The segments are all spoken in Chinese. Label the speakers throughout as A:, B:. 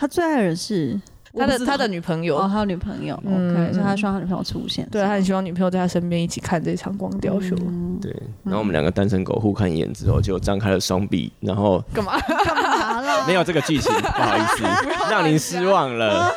A: 他最爱的是
B: 他
A: 我不
B: 的
A: 知道
B: 他的女朋友，
A: 哦，他有女朋友
B: 嗯
A: ，OK，所以他希望他女朋友出现，
B: 对，他很希望女朋友在他身边一起看这场光雕秀。
A: 嗯
C: 对，然后我们两个单身狗互看一眼之后，就张开了双臂，然后
B: 干嘛？
A: 干嘛啦？
C: 没有这个剧情， 不好意思，让您失望了。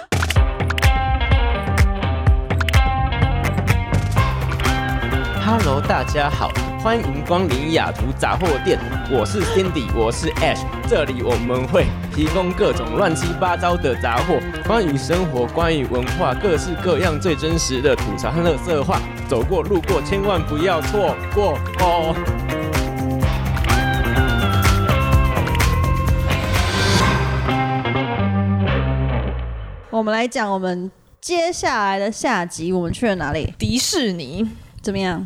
C: Hello，大家好，欢迎光临雅图杂货店，我是 Cindy，我是 Ash，这里我们会提供各种乱七八糟的杂货，关于生活，关于文化，各式各样最真实的吐槽和乐色话，走过路过千万不要错过哦。
A: 我们来讲我们接下来的下集，我们去了哪里？
B: 迪士尼，
A: 怎么样？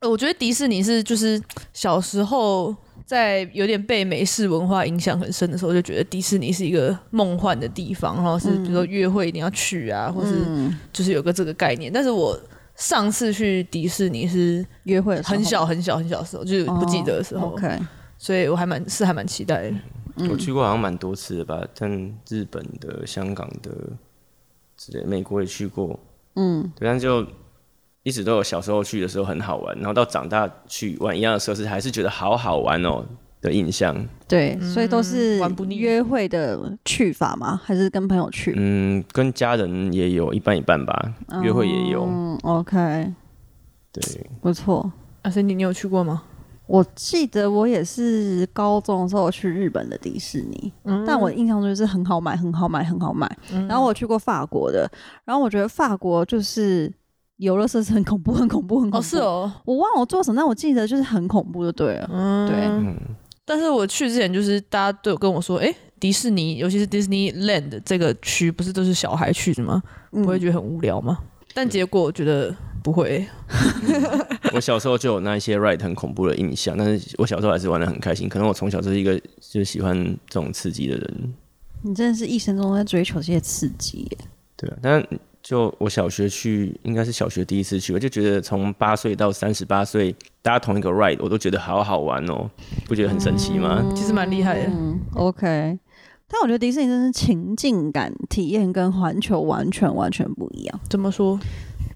B: 呃我觉得迪士尼是就是小时候在有点被美式文化影响很深的时候，就觉得迪士尼是一个梦幻的地方，然后是比如说约会一定要去啊，或是
A: 嗯，
B: 就是有个这个概念。但是我上次去迪士尼是
A: 约会的时候
B: 很小很小很小的时候，就是不记得的时候，
A: 哦，OK，嗯
B: 所以我还蛮是还蛮期待的。
C: 我去过好像蛮多次的吧，但日本的、香港的之类，美国也去过，
A: 嗯，
C: 对，但就一直都有小时候去的时候很好玩，然后到长大去玩一样的设施，还是觉得好好玩哦的印象。
A: 对，所以都是
B: 嗯玩不腻
A: 约会的去法吗？还是跟朋友去？
C: 嗯，跟家人也有一半一半吧，约会也有，
A: 嗯，OK，
C: 对，
A: 不错。
B: 啊，所以你你有去过吗？
A: 我记得我也是高中的时候去日本的迪士尼，但我印象中就是很好买，很好买，很好买。
B: 嗯
A: 然后我去过法国的，然后我觉得法国就是游乐设施很恐怖，很恐怖，很恐怖。
B: 哦，是，哦，
A: 我忘了我做什么，但我记得就是很恐怖就对了。
B: 嗯，
A: 对
C: 嗯，
B: 但是我去之前，就是大家都有跟我说，哎、迪士尼，尤其是 Disneyland 这个区，不是都是小孩去的吗？
A: 嗯
B: 不会觉得很无聊吗？但结果我觉得不会，
C: 我小时候就有那一些 ride 很恐怖的印象，但是我小时候还是玩的很开心。可能我从小就是一个就是喜欢这种刺激的人，
A: 你真的是一生中在追求这些刺激耶。
C: 对啊，但就我小学去，应该是小学第一次去，我就觉得从八岁到三十八岁搭同一个 ride，我都觉得好好玩哦，不觉得很神奇吗？
B: 其实蛮厉害的。
A: 嗯，OK。但我觉得迪士尼真是情境感体验跟环球完全完全不一样。
B: 怎么说？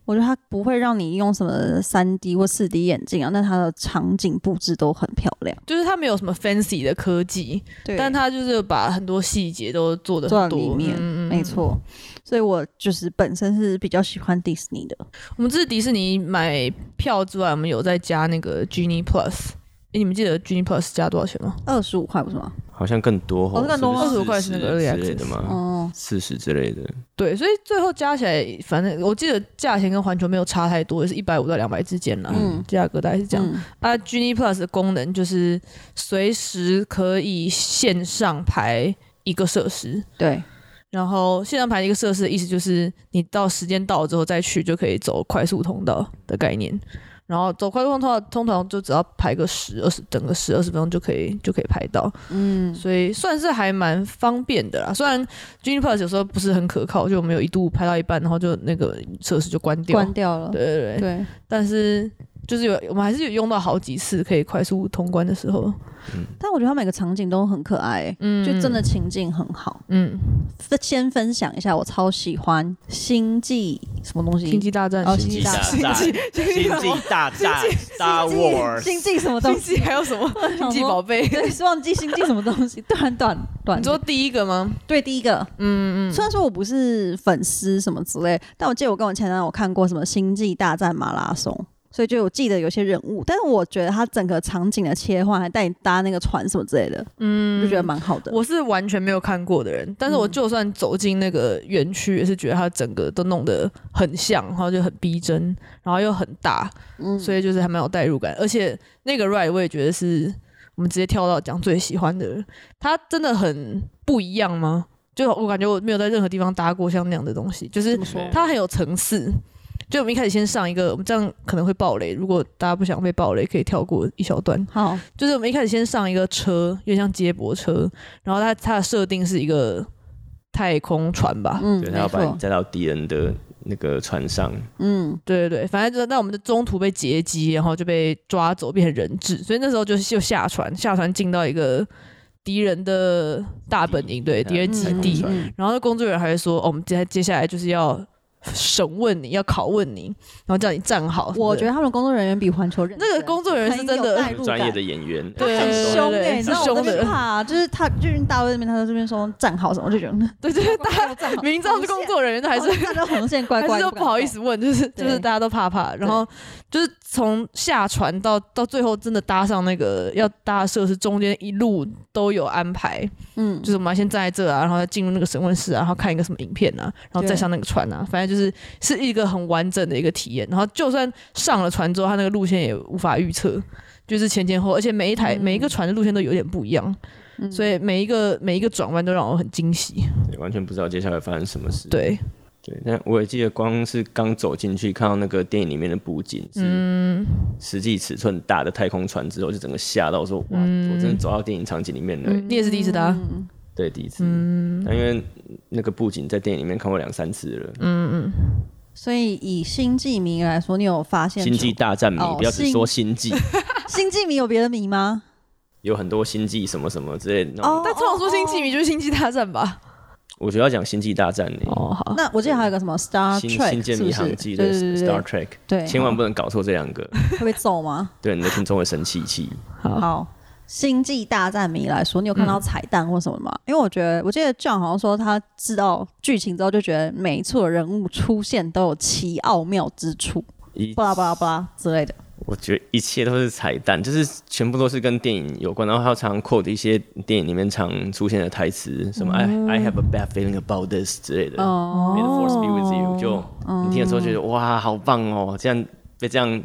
A: 我觉得它不会让你用什么三 D 或四 D 眼镜啊，但它的场景布置都很漂亮。
B: 就是它没有什么 fancy 的科技，
A: 对
B: 但它就是把很多细节都做的
A: 做到
B: 很
A: 里
B: 多。嗯
A: 面，没错。所以我就是本身是比较喜欢迪士尼的。
B: 我们这次迪士尼买票之外，我们有再加那个 Genie Plus。诶你们记得 Genie Plus 加多少钱吗？
A: 二十五块不是吗？
C: 好像更多哦
A: 哦更多
C: 是不
B: 25块是
C: 是
B: 那
C: 40
B: 个 early
C: 之类的吗？
A: 哦，
C: 四十之类的，
B: 对，所以最后加起来，反正我记得价钱跟环球没有差太多，也是一百五到两百之间啦。
A: 嗯
B: 价格大概是这样。
A: 嗯
B: 啊，Genie Plus 的功能就是随时可以线上排一个设施，
A: 对，
B: 然后线上排一个设施的意思就是你到时间到了之后再去就可以走快速通道的概念。然后走快速通道通常就只要排个十二十，整个十二十分钟就可以就可以排到，
A: 嗯，
B: 所以算是还蛮方便的啦。虽然 Genie Plus 有时候不是很可靠，就我们有一度排到一半，然后就那个设施就关掉。
A: 关掉了。
B: 对对对，
A: 对，
B: 但是就是有我们还是有用到好几次可以快速通关的时候，
A: 但我觉得它每个场景都很可爱欸、
B: 嗯
A: 就真的情境很好。
B: 嗯，
A: 分先分享一下，我超喜欢《星际》什么东西，
B: 星际大战，
A: 哦
C: 星际大
A: 星
C: 战，星际大战，Star
A: 星
C: Wars，
A: 际什么东西？
B: 还有什么星际宝贝？
A: 对，是忘记星际什么东西， 短短短。
B: 你说第一个吗？
A: 对，第一个，嗯嗯。虽然说我不是粉丝什么之类，但我记得我跟我前男友看过什么《星际大战》马拉松，所以就有记得有些人物，但是我觉得它整个场景的切换，还带你搭那个船什么之类的，嗯，就觉得蛮好的。
B: 我是完全没有看过的人，但是我就算走进那个园区，也是觉得它整个都弄得很像，然后就很逼真，然后又很大，
A: 嗯
B: 所以就是还蛮有代入感。而且那个 ride 我也觉得是我们直接跳到讲最喜欢的，它真的很不一样吗？就我感觉我没有在任何地方搭过像那样的东西，就是
A: 怎么说？
B: 它很有层次。就我们一开始先上一个，我们这样可能会爆雷。如果大家不想被爆雷，可以跳过一小段。
A: 好，
B: 就是我们一开始先上一个车，有点像接驳车，然后它它的设定是一个太空船吧？
A: 嗯，
C: 对，他要
A: 没
C: 把你
A: 错，
C: 载到敌人的那个船上，
A: 嗯，
B: 对对对，反正就是那我们的中途被劫机，然后就被抓走，变成人质，所以那时候就就下船，下船进到一个敌人的大本营，对，敌人基
C: 嗯
B: 地。
C: 嗯
B: 然后那工作人员还会说，哦，我们接接下来就是要审问你，要拷问你，然后叫你站好。
A: 我觉
B: 得
A: 得他们工作人员比环球认
B: 那个工作人员是真的
A: 很有代入
C: 专业
A: 感
C: 的演员，
B: 对
A: 很
B: 对
A: 凶
B: 对
A: 哎、
B: 对
A: 你知道
B: 是
A: 我
B: 凶
A: 那边
B: 的
A: 怕、就是他，就是大卫那边，他在这边说站好什么，我就觉得嗯
B: 对对，大家
A: 站好站好，
B: 明知道是工作人员，但还
A: 还
B: 是
A: 是看到红线乖
B: 还
A: 乖，
B: 是就
A: 敢
B: 不好意
A: 动。
B: 思问，就是就是
A: 对
B: 大家都怕怕，然后就是从下船到到最后真的搭上那个要搭的设施，中间一路都有安排，
A: 嗯
B: 就是我们要先站在这啊，然后再进入那个审问室啊，然后看一个什么影片啊，然后再上那个船啊，反正就是是一个很完整的一个体验。然后就算上了船之后，它那个路线也无法预测，就是前前后，而且每一台、
A: 嗯
B: 每一个船的路线都有点不一样，
A: 嗯
B: 所以每一个每一个转弯都让我很惊喜。
C: 对完全不知道接下来发生什么事。
B: 对，
C: 对，但我也记得，光是刚走进去看到那个电影里面的布景是
B: 嗯，
C: 实际尺寸大的太空船之后，就整个吓到说，哇，
B: 嗯
C: 我真的走到电影场景里面了。
B: 你也是第一次搭，
A: 嗯
C: 对，第一次。
B: 嗯
C: 但因为那个布景在电影里面看过两三次了，
B: 嗯嗯，
A: 所以以星际迷来说，你有发现
C: 星际大战迷》
A: 哦
C: 不要只说星际，
A: 星际迷有别的迷吗？哦
C: 有很多星际什么什么之类的那种。
B: 但通常说星际迷就是星际大战吧？
C: 我觉得要讲《星际大战》呢，
B: 哦，好，
A: 那我记得还有个什么哦 Star
C: 新《
A: Trek，
C: 星舰
A: 是不
C: 迷
A: 是？
C: 航记》
A: 对
C: 的
A: 对对对
C: Star Trek，
A: 对，
C: 千万不能搞错这两个，
A: 会被揍吗？
C: 对你的听众会生气气。
B: 好
A: 好，星际大战迷来说，你有看
C: 嗯
A: 到彩蛋或什么吗？因为我觉得，我记得 John 好像说他知道剧情之后，就觉得每一处的人物出现都有其奥妙之处，
C: 一
A: 巴拉巴拉巴拉之类的。
C: 我觉得一切都是彩蛋，就是全部都是跟电影有关，然后还有常 quote 一些电影里面常出现的台词，什么、I
B: 嗯
C: I have a bad feeling about this 之类的、
A: 哦
C: m a y the force be with you，就
B: 嗯
C: 你听的时候觉得哇，好棒哦，这样被这样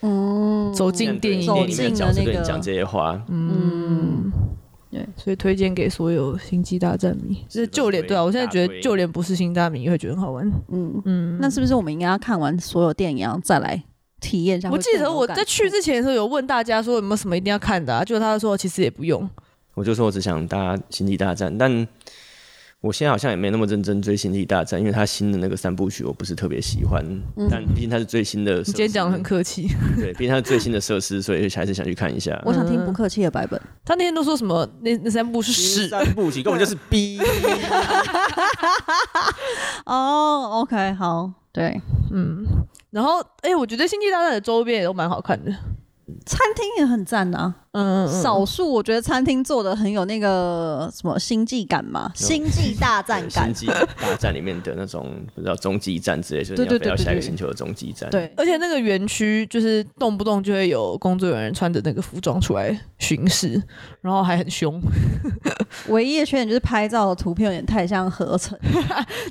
A: 嗯
B: 走
C: 这样
B: 进
C: 对
B: 电
C: 电
B: 影
A: 走
C: 影里
B: 里
A: 进
B: 面，
C: 面的
A: 的
C: 角色
A: 那
C: 对你
A: 个
C: 讲这些话，
B: 嗯所以推荐给所有星际大战迷。就是是旧脸，对啊，我现在觉得旧脸不是星大迷，也会觉得很好玩。嗯
A: 那是不是我们应该要看完所有电影，然后再来体验一下？
B: 我记得我在去
A: 这
B: 之前的时候有问大家说有没有什么一定要看的、啊，就他说其实也不用。
C: 我就说我只想搭星际大战，但我现在好像也没那么认真追星际大战，因为它新的那个三部曲我不是特别喜欢，但毕竟它是最新的设施，
B: 你今天讲的很客气，
C: 对，毕竟它是最新的设施，所以还是想去看一下。
A: 我想听不客气的版本。
B: 他那天都说什么那那三部是
C: 新
B: 屎，
C: 三部曲根本就是 B，
A: 哦，OK，好，对，
B: 嗯然后哎、我觉得星际大战的周边也都蛮好看的。
A: 餐厅也很赞啊呐、
B: 嗯，嗯
A: 少数我觉得餐厅做的很有那个什么星际感嘛，星际大战
C: 星
A: 感。
C: 际大战里面的那种不知道终极战之类，就是
A: 对
C: 你
A: 对
C: 要飞到
A: 对对
C: 下一个
A: 对
C: 星球的终极战。
A: 对，
B: 而且那个园区就是动不动就会有工作人员穿着那个服装出来巡视，然后还很凶。
A: 唯一的缺点就是拍照的图片有点太像合成，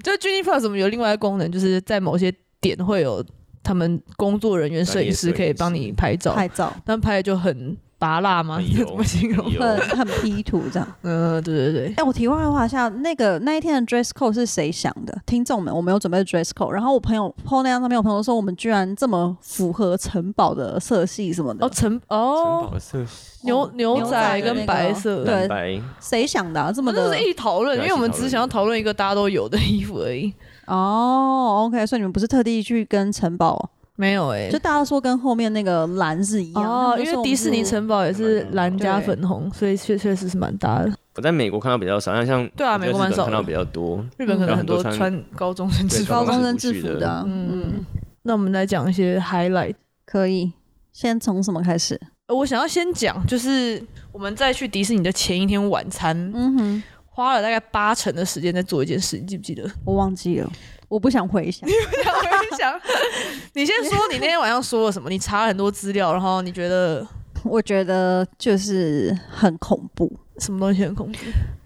B: 就是 Genie Plus 我们有另外一个功能，就是在某些点会有他们工作人员、摄影师可以帮你拍照，
A: 拍照
B: 但拍就很拔辣吗？
C: 很
B: 这
C: 油
B: 怎么形容？
A: 很
C: 有
A: 很 P 图这样。
B: 嗯、对对对
A: 哎、，我题外话一下，那个那一天的 dress code 是谁想的？听众们，我没有准备 dress code，然后我朋友 PO 那张照片，我朋友说我们居然这么符合城堡的色系什么的
B: 哦，，城
C: 城堡
B: 哦，
C: 的设
B: 牛牛仔跟白色。
A: 对
C: 蓝白，
A: 谁想的、啊？这么
B: 我们
A: 的
B: 都啊是一起讨论，因为我们只是想要讨论一个大家都有的衣服而已。
A: 哦，OK，所以你们不是特地去跟城堡，
B: 没有哎、
A: 就大家说跟后面那个蓝是一样，
B: 哦
A: 他，们就
B: 因
A: 说
B: 为
A: 我们
B: 迪士尼
A: 是
B: 城堡也是蓝加粉红，所以确确实是蛮搭的。
C: 我在美国看到比较少，像像
B: 对啊
C: 我在
B: 美国蛮
C: 日本
B: 少的
C: 看到比较多。
B: 日本可
C: 有
B: 能
C: 很多
B: 多
C: 穿
B: 穿高中生制
C: 对
B: 服。
A: 高中生制服的啊，嗯，
B: 嗯，那我们来讲一些 highlight。
A: 可以。先从什么开始？
B: 呃我想要先讲，就是我们在去迪士尼的前一天晚餐，
A: 嗯哼，
B: 花了大概八成的时间在做一件事，你记不记得？
A: 我忘记了，我不想回想。
B: 我也想， 你先说你那天晚上说了什么？你查了很多资料，然后你觉得
A: 我觉得就是很恐怖
B: 什么东西 很恐怖？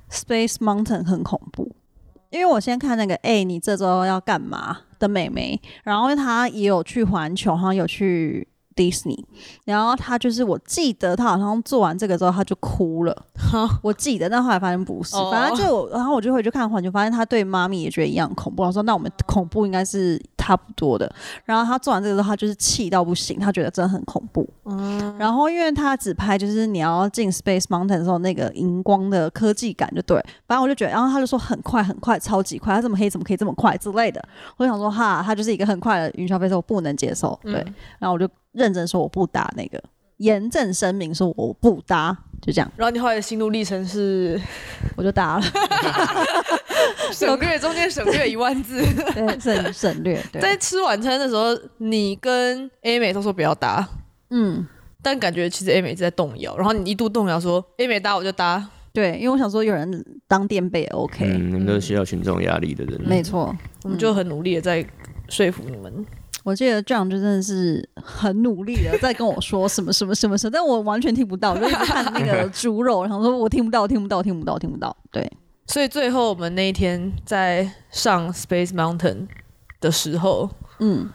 A: ，Space Mountain 很恐怖。因为我先看那个，哎、你这周要干嘛的美眉，然后她也有去环球，好像有去迪士尼，然后她就是我记得她好像做完这个之后她就哭了，
B: 哈，
A: 我记得，但后来发现不是，
B: 哦
A: 反正就我然后我就回去看环球，发现他对妈咪也觉得一样恐怖。我说那我们恐怖应该是差不多的。然后他做完这个之后，他就是气到不行，他觉得真的很恐怖。
B: 嗯，
A: 然后因为他只拍就是你要进 Space Mountain 的时候那个荧光的科技感就对，反正我就觉得，然后他就说很快很快，超级快，他这么黑怎么可以这么快之类的。我就想说哈，他就是一个很快的云霄飞车，我不能接受。对，然后我就认真说我不打那个。严正声明说我不搭，就这样，
B: 然后你后来的心路历程是
A: 我就搭了。
B: 省略中间省略一万字，
A: 对， 省省略。
B: 在
A: 对，
B: 吃晚餐的时候，你跟 A 美都说不要搭，
A: 嗯，
B: 但感觉其实 A 美一直在动摇，然后你一度动摇说 A 美搭我就搭，
A: 对，因为我想说有人当垫背也 OK，、
C: 嗯，你们都需要群众压力的人，
A: 没错。
B: 我们就很努力的在说服你们。
A: 我记得 John 就真的是很努力的在跟我说什么什么什么什么，但我完全听不到，我就一直看那 个猪肉，然后说我听不到，我听不到，我听不到，我听不到。对，
B: 所以最后我们那一天在上 Space Mountain 的时候，
A: 嗯，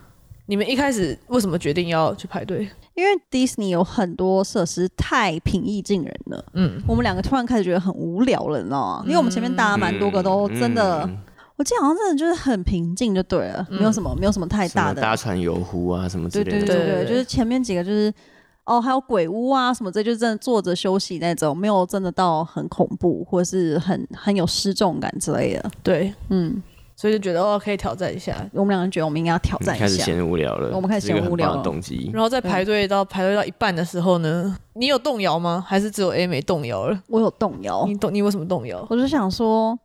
B: 你们一开始为什么决定要去排队？
A: 因为 Disney 有很多设施太平易近人了，
B: 嗯，
A: 我们两个突然开始觉得很无聊了，你知道吗？因为我们前面搭了蛮多个都真的，
C: 嗯
A: 我记得好像真的就是很平静就对了，没有什么没有什么太
C: 什
A: 大
C: 么
A: 的
C: 搭船游湖啊什么之
A: 对
C: 类
A: 对
C: 的，
A: 对
B: 对
A: 对，就是前面几个就是哦，还有鬼屋啊什么这，就是真的坐着休息那种，没有真的到很恐怖或是很很有失重感之类的。
B: 对，
A: 嗯，
B: 所以就觉得哦可以挑战一下。
A: 我们两个人觉得我们应该要挑
C: 嗯
A: 战
C: 开
A: 一
C: 始
A: 下。
C: 嫌无聊了，
A: 我们开始
C: 这是一个
A: 嫌
C: 很
A: 无聊
C: 棒的
A: 了
C: 动机，
B: 然后在排队到排队到一半的时候呢，你有动摇吗？还是只有 A 美动摇了？
A: 我有动摇，
B: 你动你为什么动摇？
A: 我就想说，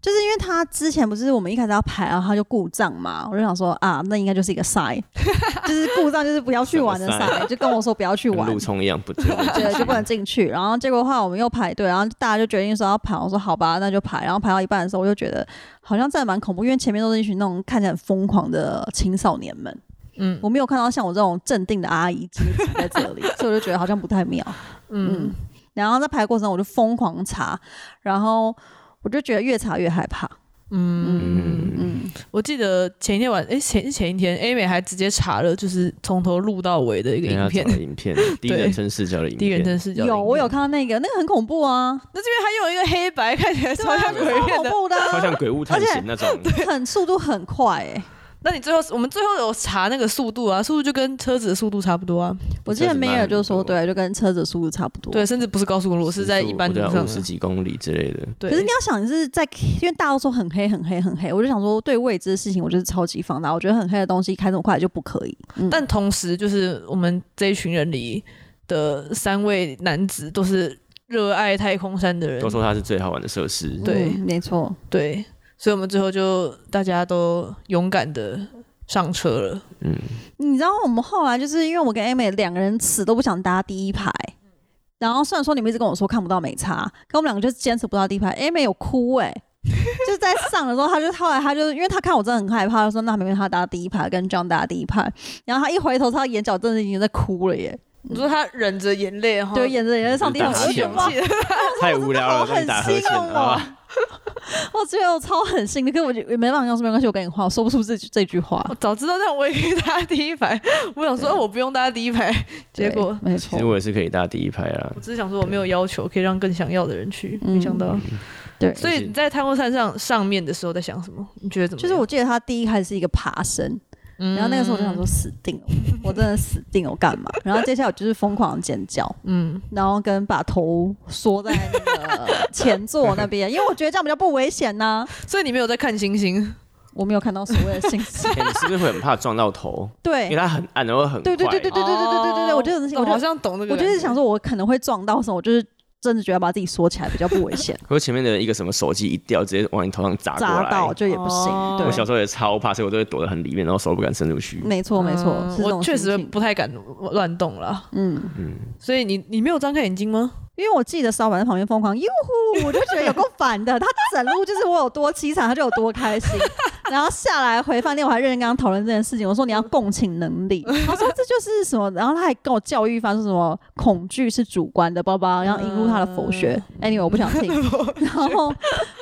A: 就是因为他之前不是我们一开始要排，然后他就故障嘛，我就想说啊，那应该就是一个 sign，就是故障就是不要去玩的
C: 什么 sign？
A: sign，就跟我说不要去
C: 跟
A: 玩，
C: 路冲一样不对，
A: 对，就不能进去。然后结果的话，我们又排队，然后大家就决定说要排。我说好吧，那就排。然后排到一半的时候，我就觉得好像真的蛮恐怖，因为前面都是一群那种看起来很疯狂的青少年们，
B: 嗯
A: 我没有看到像我这种镇定的阿姨阶级在这里， 所以我就觉得好像不太妙。
B: 嗯
A: 嗯，然后在排的过程我就疯狂查，然后我就觉得越查越害怕。
B: 嗯，
C: 嗯，
A: 嗯，
B: 我记得前一天晚，哎、前前一天 A 美还直接查了，就是从头录到尾的一个
C: 跟
B: 影
C: 他
B: 片
C: 找，的 影片，第一人称视角的 影
B: 第一人
C: 片，
B: 称视角的影
A: 有
B: 片。
A: 我有看到那个，那个很恐怖啊，
B: 那这边还有一个黑白，看起来超像鬼
A: 超
B: 片
A: 恐
B: 的。
A: 怖的啊、
C: 超像鬼屋探险 那种，
A: 很速度很快哎、
B: 那你最后，我们最后有查那个速度啊，速度就跟车子的速度差 不多啊。
A: 我记得梅尔就说，
C: 车子慢
A: 对，就跟车子速度差不多。
B: 对，甚至不是高速公路，是在一般路上
C: 五。十几公里之类的，
B: 对，
A: 可是你要想，你是在因为大家都说很黑很黑很黑，我就想说对未知的事情，我就是超级放大。我觉得很黑的东西开这么快就不可以。嗯、
B: 但同时，就是我们这一群人里的三位男子都是热爱太空山的人
C: 都，说它是最好玩的设施，
B: 对
A: 嗯没错，
B: 对，所以我们最后就大家都勇敢的上车了。
C: 嗯，
A: 你知道我们后来就是因为我跟 Amy 两个人死都不想搭第一排。然后虽然说你们一直跟我说看不到没差，可我们两个就是坚持不到第一排。Amy 有哭 哎、就是在上的时候，他就后来他就因为他看我真的很害怕，他说那没关系，他搭第一排，跟 John 搭第一排。然后他一回头，他眼角真的已经在哭了耶，
B: 你说他忍着眼泪，然后
A: 就眼着眼在上第一排，
C: 打
A: 我
B: 有
A: 就觉
C: 欠
A: 得
B: 勇
A: 哇
B: 气了，
C: 太无聊了，
A: 我真的好
C: 跟打呵欠
A: 狠心哦
C: 啊，
A: 我觉得我超狠心的，可是我就没办法告诉没关系，我跟你话，我说不出这句这句话。
B: 我早知道这样我也可以搭第一排。我想说，哦我不用搭第一排，结果
A: 对没
C: 其
A: 错
C: 实，我也是可以搭第一排啊啦
B: 我，只是想说我没有要求，可以让更想要的人去。
A: 嗯
B: 没想到，
A: 对
B: 所以你在太空山上上面的时候在想什么？你觉得怎么
A: 就
B: 样？
A: 是我记得他第一开始是一个爬升，
B: 嗯，
A: 然后那个时候我就想说死定了，我真的死定了，我干嘛？然后接下来我就是疯狂地尖叫，
B: 嗯，
A: 然后跟把头缩在那个前座那边，因为我觉得这样比较不危险呐、
B: 所以你没有在看星星，
A: 我没有看到所谓的信息，
C: 哎你是不是会很怕撞到头？因为
A: 对。
C: 它很暗，然后很
A: 对对对对
C: 快
A: 对对对对对对，我真的是，
B: 哦
A: 我
B: 我好
A: 就
B: 像懂那个，
A: 我就是想，说，我可能会撞到什么，我就是真的觉得把自己缩起来比较不危险，
C: 可是前面的一个什么手机一掉，直接往你头上砸过
A: 砸到
C: 来。
A: 就也不
B: 哦
A: 行。对
C: 我，小时候也超怕，所以我都会躲得很里面，然后手不敢伸出去。
A: 没错没错，
B: 嗯
A: 是这种
B: 我确实
A: 心情
B: 不太敢乱动了。
A: 嗯，
B: 所以你你没有张开眼睛吗？
A: 因为我记得烧板在旁边疯狂哟呼，我就觉得有够烦的。他整路就是我有多凄惨，他就有多开 心。然后下来回饭店，我还认真跟他讨论这件事情。我说你要共情能 力，他说这就是什么，然后他还跟我教育一番，说什么恐惧是主观的，包包，然后引入他的佛学。anyway，我不
B: 嗯
A: 想 听。然后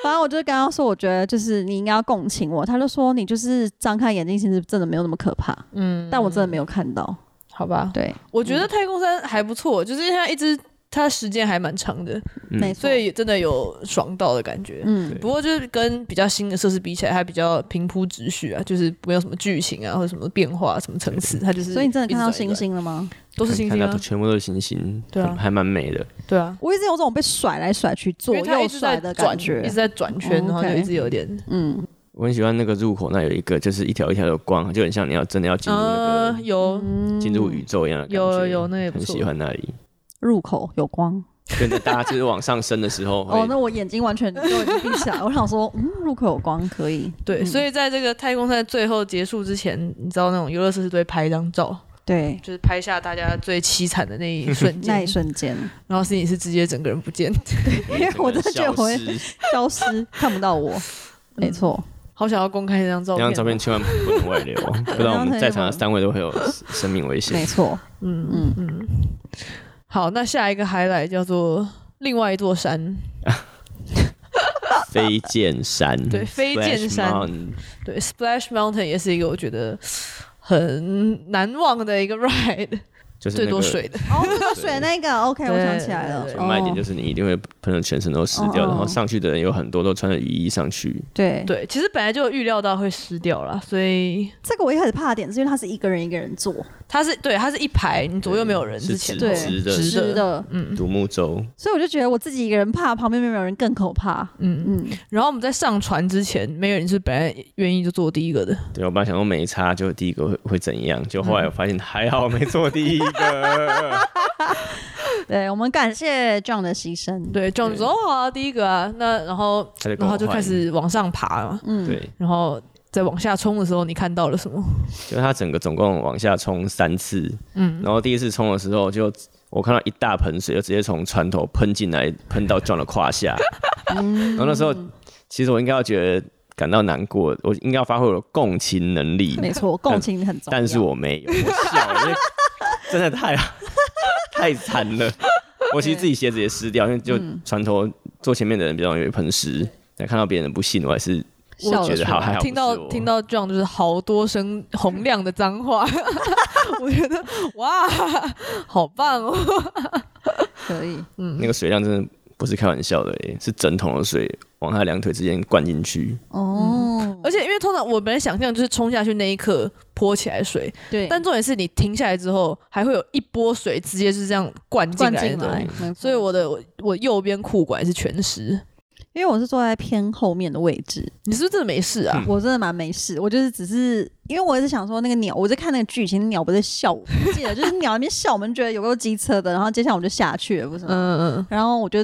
A: 反正我就是跟他说，我觉得就是你应该要共情我。他就说你就是张开眼睛，其实真的没有那么可怕。
B: 嗯，
A: 但我真的没有看到。
B: 好吧。
A: 对，嗯
B: 我觉得太空山还不错，就是它一直它时间还蛮长的，
C: 嗯
A: 没错。
B: 所以真的有爽到的感觉。
A: 嗯
C: 对
B: 不过就是跟比较新的设施比起来，它比较平铺直叙啊，就是没有什么剧情啊或者什么变化、什么层次，它就是。
A: 嗯所以你真的看到
B: 星
A: 星
B: 星，
A: 星了吗？
B: 都是星星
C: 看
B: 啊
C: 到，全部都是星星，
B: 对啊
C: 还蛮美的。
B: 对啊，
A: 我一直有种被甩来甩去、左
B: 因为它
A: 右
B: 一直在
A: 甩的
B: 转，
A: 感
B: 一
A: 觉
B: 直。在转圈，
A: 哦
B: 然后就
A: OK
B: 一直有点
A: 嗯，
C: 我很喜欢那个入口那有一个，就是一条一条的光，就很像你要真的要进入那
B: 呃，有
C: 进入宇宙一样嗯的感觉，
B: 有有有，那也不
C: 很
B: 错
C: 喜。欢那里。
A: 入口有光。
C: 跟着大家就是往上升的时候会，
A: 哦，那我眼睛完全都已经闭起 来了，我想说，嗯，入口有光可以。
B: 对，所以在这个太空赛最后结束之前，你知道那种游乐设施都会拍一张照，
A: 对，
B: 就是拍下大家最凄惨的那一瞬
A: 那
B: 间
A: 一，瞬间
B: 然后是你是直接整个人不见，
A: 因为我真的觉得我会
C: 整个人消失
A: 消失，看不到我。没错，
B: 好想要公开这张照片。
C: 那
B: 哦
C: 张照片，千万不能外流，啊 不然我们在场的三位都会有生命危
A: 没
C: 险。
A: 错，
B: 嗯
A: 嗯
B: 嗯嗯。好，那下一个 highlight 叫做另外一座山，
C: 嗯飞剑山，
B: 对飞剑山
C: Splash Mountain
B: 对，Splash Mountain 也是一个我觉得很难忘的一个 ride，
C: 就是那
B: 最
C: 个嗯
B: 多水的。
A: 哦，那个水那 个，OK，我想起来了
B: 对
C: 就，卖点就是是你一定会喷的全身都湿掉，
A: 哦
C: 然后上去的人有很多都穿着雨衣上去，
A: 对
B: 对，其实本来就预料到会湿掉啦，所以
A: 这个我一开始怕的点是因为它是一个人一个人坐，
B: 它是对，它是一排，你左右没有人之
C: 是
B: 前
C: 直
B: 的，
A: 对
C: 直的
B: 直的
A: 直的，
B: 嗯
C: 独木舟，
A: 所以我就觉得我自己一个人怕，旁边没有人更可怕。
B: 嗯嗯。
A: 嗯，
B: 然后我们在上船之前，没有人是本来愿意就做第一个的，
C: 对我本来想说没差，就第一个会会怎样，就
A: 嗯
C: 后来我发现还好没做第 一个，
A: 对，我们感谢 John 的牺牲。
B: 对，就说哦，好啊第一个啊，那然后
C: 他就跟
B: 然
C: 我
B: 后就
C: 换
B: 开始往上爬嘛，
A: 嗯，
C: 对，
B: 然后再往下冲的时候，你看到了什么？
C: 就他整个总共往下冲三次，嗯，然后第一次冲的时候就我看到一大盆水就直接从船头喷进来，喷到 John 的胯下，
A: 嗯
C: 然后那时候其实我应该要觉得感到难过，我应该要发挥我的共情能 力，
A: 没错，共情很重要。
C: 但是我没有，我笑，因为真的太太惨了。我其实自己鞋子也湿掉，因为就
A: 嗯
C: 船头坐前面的人比较容易喷湿，但看到别人的不信，我还是
A: 笑了
C: 觉得
A: 出
C: 好
A: 来
C: 还好不是
B: 听到
C: 我
B: 听到 John 就是好多声洪亮的脏 话，我觉得哇，好棒哦！嗯
A: 可以，
C: 那个水量真的不是开玩笑的、欸，是整桶的水往他两腿之间灌进去。
A: 哦，
B: 而且因为通常我本来想象就是冲下去那一刻泼起来水，
A: 对，
B: 但重点是你停下来之后，还会有一波水直接就是这样灌进
A: 灌
B: 来
A: 进
B: 的。
A: 来，没错
B: 所以我的我我右边裤管是全湿。
A: 因为我是坐在偏后面的位置，
B: 你是不是真的没事
C: 嗯
B: 啊？
A: 我真的蛮没事，我就是只是因为我一直想说那个鸟，我在看那个剧情，鸟不是在笑我，我记得就是鸟在那边笑，我们觉得有够机车的，然后接下来我们就下去了，不是吗？
B: 嗯嗯，
A: 然后我就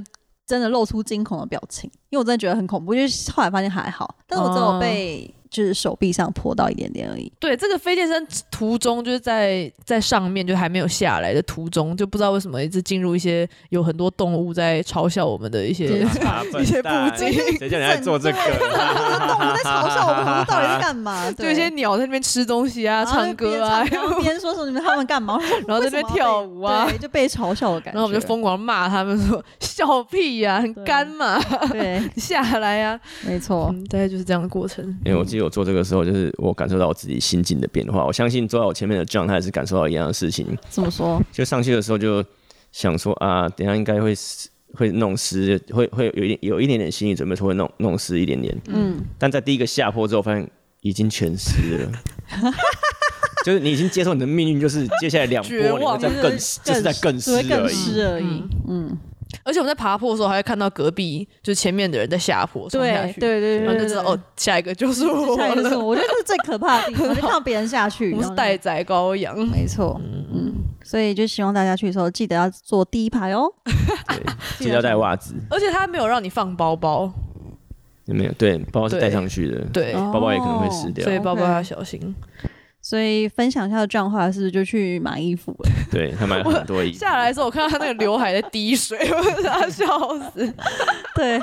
A: 真的露出惊恐的表情，因为我真的觉得很恐怖，就是后来发现还好，但我只有被就是手臂上泼到一点点而已。
B: 对，这个飞健身途中就是在在上面就还没有下来的途中，就不知道为什么一直进入一些有很多动物在嘲笑我们的一些
A: 对。啊
B: 一些笨布景
C: 谁叫你来做这个？
A: 我们动物在嘲笑我们，我们到底在干 嘛？
B: 就一些鸟在那边吃东西啊、
A: 然后
B: 唱
A: 就
B: 歌啊，
A: 边唱然后边说什么你们他们干嘛，
B: 然后在那边跳舞啊
A: 对，就被嘲笑的感觉。
B: 然后我们就疯狂骂他们说：“笑屁呀、很
A: 对哦
B: 干嘛，
A: 对，
B: 你下来呀、
A: 没错，
B: 嗯，大概就是这样的过程。
C: 因为我记得我做这个时候，就是我感受到我自己心境的变化。我相信坐在我前面的 John 他也是感受到一样的事情，
A: 这么说，
C: 就上去的时候就想说啊，等一下应该会湿会弄湿，会会有一点有一点点心理准备，说会弄弄湿一点点。
A: 嗯，
C: 但在第一个下坡之后，发现已经全湿 了。就是你已经接受你的命运，就是接下来两
B: 绝
C: 波，你
B: 望
C: 会再更湿，就是在更
A: 只
C: 湿
A: 会更
C: 而已。
A: 湿而已
B: 嗯。
A: 嗯，
B: 而且我们在爬坡的时候，还会看到隔壁就是前面的人在下坡，冲下
A: 对
B: 去，
A: 对对
B: 然后
A: 对，
B: 就知道哦，下一个就是我
A: 下一 个是
B: 了。
A: 我，我觉得这是最可怕的地 方，就看到别人下去，
B: 我们是
A: 然后
B: 待宰羔羊，
A: 就没错，嗯，所以就希望大家去的时候记得要坐第一排哦。
C: 对，记得要带袜子，
B: 而且他没有让你放包包，
C: 有没有？对，包包是
B: 对
C: 带上去的，
B: 对，
A: 哦
C: 包包也可能会湿掉
B: 所。以包
A: OK
B: 包要小心。
A: 所以分享一下这样的话，是不是就去买衣服了？
C: 对他买了很多衣服，
B: 下来的时候，我看到他那个刘海在滴水， 我真的要笑死。
A: 对。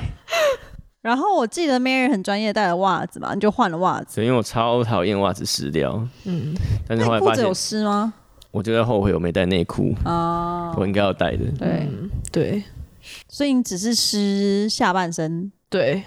A: 然后我记得 Mary 很专业，带了袜子嘛，你就换了袜子。
C: 所以因为我超讨厌袜子湿掉，
B: 嗯，
C: 但是后
A: 那
C: 来
A: 裤
C: 发
A: 子
C: 现
A: 有，湿吗？
C: 我觉得后悔我没带内裤，
A: 啊、
C: 我应该要带的。
A: 对，
B: 嗯对
A: 所以你只是湿下半身。
B: 对，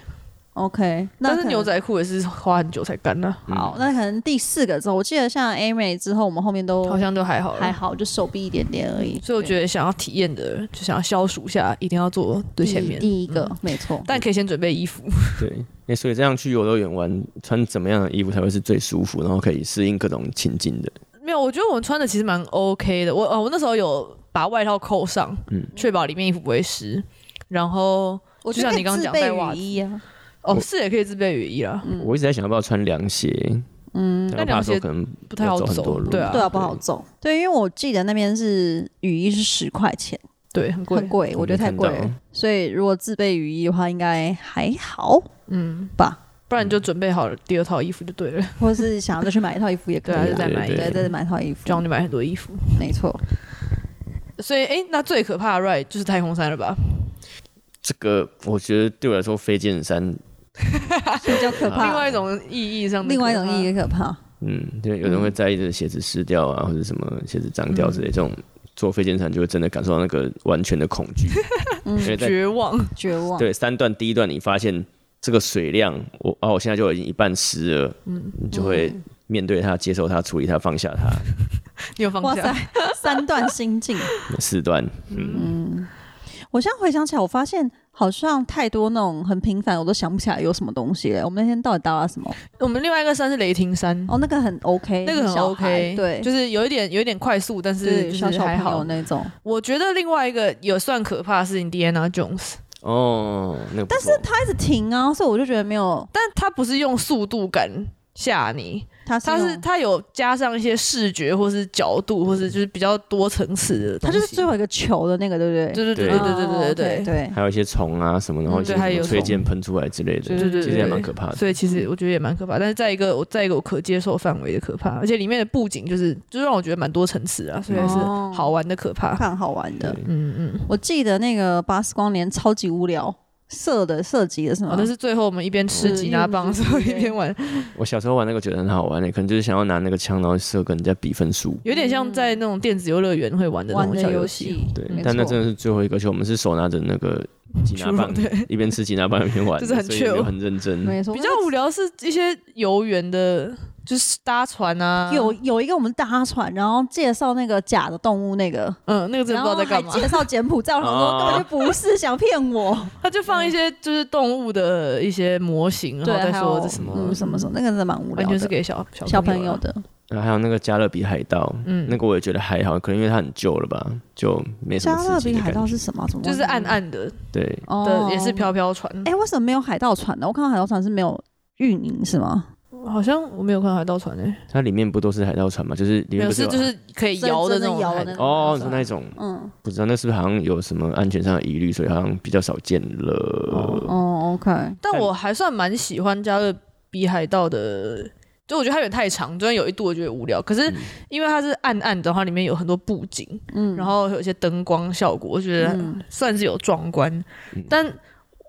A: OK，那可
B: 但是
A: 能
B: 牛仔裤也是花很久才干啊的，
C: 嗯
A: 好，那可能第四个之后，我记得像 Amy 之后，我们后面都
B: 好像就哦还好了。
A: 还好，就手臂一点点而已。
B: 所以我觉得想要体验的人，就想要消暑一下，一定要坐最前面。
A: 第一个、
B: 嗯
A: 没错，
B: 但可以先准备衣服。
C: 对，那所以这样去游乐园玩，穿怎么样的衣服才会是最舒服，然后可以适应各种情境的？
B: 没有，我觉得我们穿的其实蛮 OK 的。我呃，我那时候有把外套扣上，
C: 嗯
B: 确保里面衣服不会湿。然后
A: 我觉得
B: 就像
A: 可以
B: 你刚刚
A: 自
B: 讲
A: 备
B: 带袜
A: 雨
B: 子
A: 衣啊，
B: 哦，
C: 我
B: 是也可以自备雨衣啦。
C: 我一直在想要不要穿凉鞋，
A: 嗯，
B: 那
C: 然后
B: 凉
C: 怕说
B: 鞋
C: 可能
B: 不太好
C: 要走很多
B: 走，
C: 路
B: 对啊
A: 对，啊，不好走。对，因为我记得那边是雨衣是十块钱，
B: 对，很贵
A: 很，贵，我觉得太贵
C: 没看到
A: 了。所以如果自备雨衣的话，应该还好，
B: 嗯
A: 吧？
B: 不然你就准备好了第二套衣服就对了，
A: 或是想要再去买一套衣服也可
B: 对
A: 以
B: 啊，就
A: 啦
B: 再买一
A: 对
B: 个，
A: 对，再买一套衣服
B: 这，样就买很多衣服。
A: 没错。
B: 所以，哎，那最可怕的 ride 就是太空山了吧？
C: 这个我觉得对我来说，飞剑山，
A: 比较可怕。
B: 另外一种意义上的
A: 另
B: 可怕，
A: 外一种意义也可怕，
C: 嗯，因为有人会在意这鞋子湿掉啊，或者什么鞋子脏掉之类，
A: 嗯
C: 这种坐飞剑山就会真的感受到那个完全的恐惧，因为在
B: 绝望，
A: 绝
B: 哦
A: 望。
C: 对三段第一段你发现这个水量，我啊我现在就已经一半湿了，嗯，你就会面对它、接受它、处理它、放下它，
B: 你有放
A: 哇塞
B: 下？，
A: 三段心境。
C: 四段，嗯，
A: 我现在回想起来，我发现好像太多那种很平凡，我都想不起来有什么东西了。我们那天到底搭了什么？
B: 我们另外一个山是雷霆山，
A: 哦，那个很 OK，
B: 那个很
A: 小孩
B: OK，
A: 对，
B: 就是有一点有一点快速，但是
A: 对
B: 就
A: 小
B: 是
A: 小
B: 还
A: 朋友
B: 好。
A: 那种。
B: 我觉得另外一个有算可怕的是 Indiana Jones，
C: 哦，那个不错，
A: 他一直停啊，所以我就觉得没有，
B: 但他不是用速度感吓你，
A: 他
B: 他是
A: 用
B: 他有加上一些视觉或是角度，或是就是比较多层次的
A: 他
B: 东西。
A: 就是最后一个球的那个，对不对？
B: 对对对
C: 对
B: 对对对对
A: 哦，OK，
B: 对对。
A: 对，
C: 还有一些虫啊什么，然后一
B: 嗯
C: 些
B: 对还
C: 什
B: 有
C: 么
B: 虫
C: 吹箭喷出来之类的，
B: 对对对
C: 其实也蛮
B: 对
C: 可怕
A: 啊
C: 的。
B: 所以其实
A: 嗯
B: 我觉得也蛮可怕，但是在一个我在一个我可接受范围的可怕，而且里面的布景就是就让我觉得蛮多层次啊，所以是
A: 哦
B: 好玩的可怕。
A: 看好玩的。
B: 嗯嗯，
A: 我记得那个巴斯光年超级无聊，射的射击的是
B: 好、
A: 吗？
B: 哦但是最后我们一边吃
A: 嗯
B: 吉拿棒的时候一边玩，
C: 我小时候玩那个觉得很好玩的，可能就是想要拿那个枪，然后射跟人家比分数。
B: 有点像在那种电子游乐园会玩的那
A: 嗯玩
B: 种
A: 的
B: 小
A: 游
B: 戏。
A: 戏，
C: 对
A: 没，
C: 但那
A: 错
C: 真的是最后一个，而且我们是手拿着那 个吉拿棒，
B: 对，
C: 一边吃吉拿棒一边玩 的，
B: 就是很
C: 所以也没有
B: chill
C: 很认真。
A: 没错，
B: 比较无聊是一些游园的，就是搭船啊，
A: 有有一个我们搭船，然后介绍那个假的动物那个，
B: 嗯，那个真的
A: 然
B: 不
A: 后
B: 知道在
A: 还
B: 干嘛，
A: 介绍柬埔寨，我想说
C: 哦
A: 根本就不是想骗我，
B: 他就放一些就是动物的一些模型，然
A: 对，
B: 后再
A: 还
B: 说
A: 有
B: 这什么，
A: 嗯什么什么，那个真的蛮无
B: 完
A: 聊
B: 全是
A: 的，
B: 给小小
A: 小
B: 朋
A: 朋友
B: 友啊。
A: 的，
C: 然后还有那个加勒比海盗，
B: 嗯
C: 那个我也觉得还好，可能因为它很旧了吧，就没什
A: 加
C: 么
A: 勒
C: 刺激
A: 比
C: 的
A: 海
C: 感
A: 盗
C: 觉。
A: 是什么啊？怎么
B: 就是
A: 忘记
B: 暗暗的
C: 对，
A: 了
B: 的，也是。
A: 哦
B: 飘飘船。
A: 哎、为什么没有海盗船呢？我看到海盗船是没有运营是吗？
B: 好像我没有看海盗
A: 欸
B: 船诶，
C: 它里面不都是海盗船吗？就是
B: 没
C: 里面
B: 有
C: 不
B: 是
C: 是有
B: 就是可以摇的那
A: 真
B: 种
A: 的摇
B: 海
A: 的那种
C: 哦，你说那一种，
A: 嗯，
C: 不知道那是不是好像有什么安全上的疑虑，所以好像比较少见了。
A: 哦，OK，
B: 但我还算蛮喜欢加勒比海盗的，就我觉得它有点太长，中间有一度我觉得无聊。可
C: 嗯
B: 是因为它是暗暗的，然后里面有很多布景，
A: 嗯，
B: 然
A: 后
B: 后有一些灯光效果，我觉得
A: 嗯
B: 算是有啊壮观。
C: 嗯
B: 但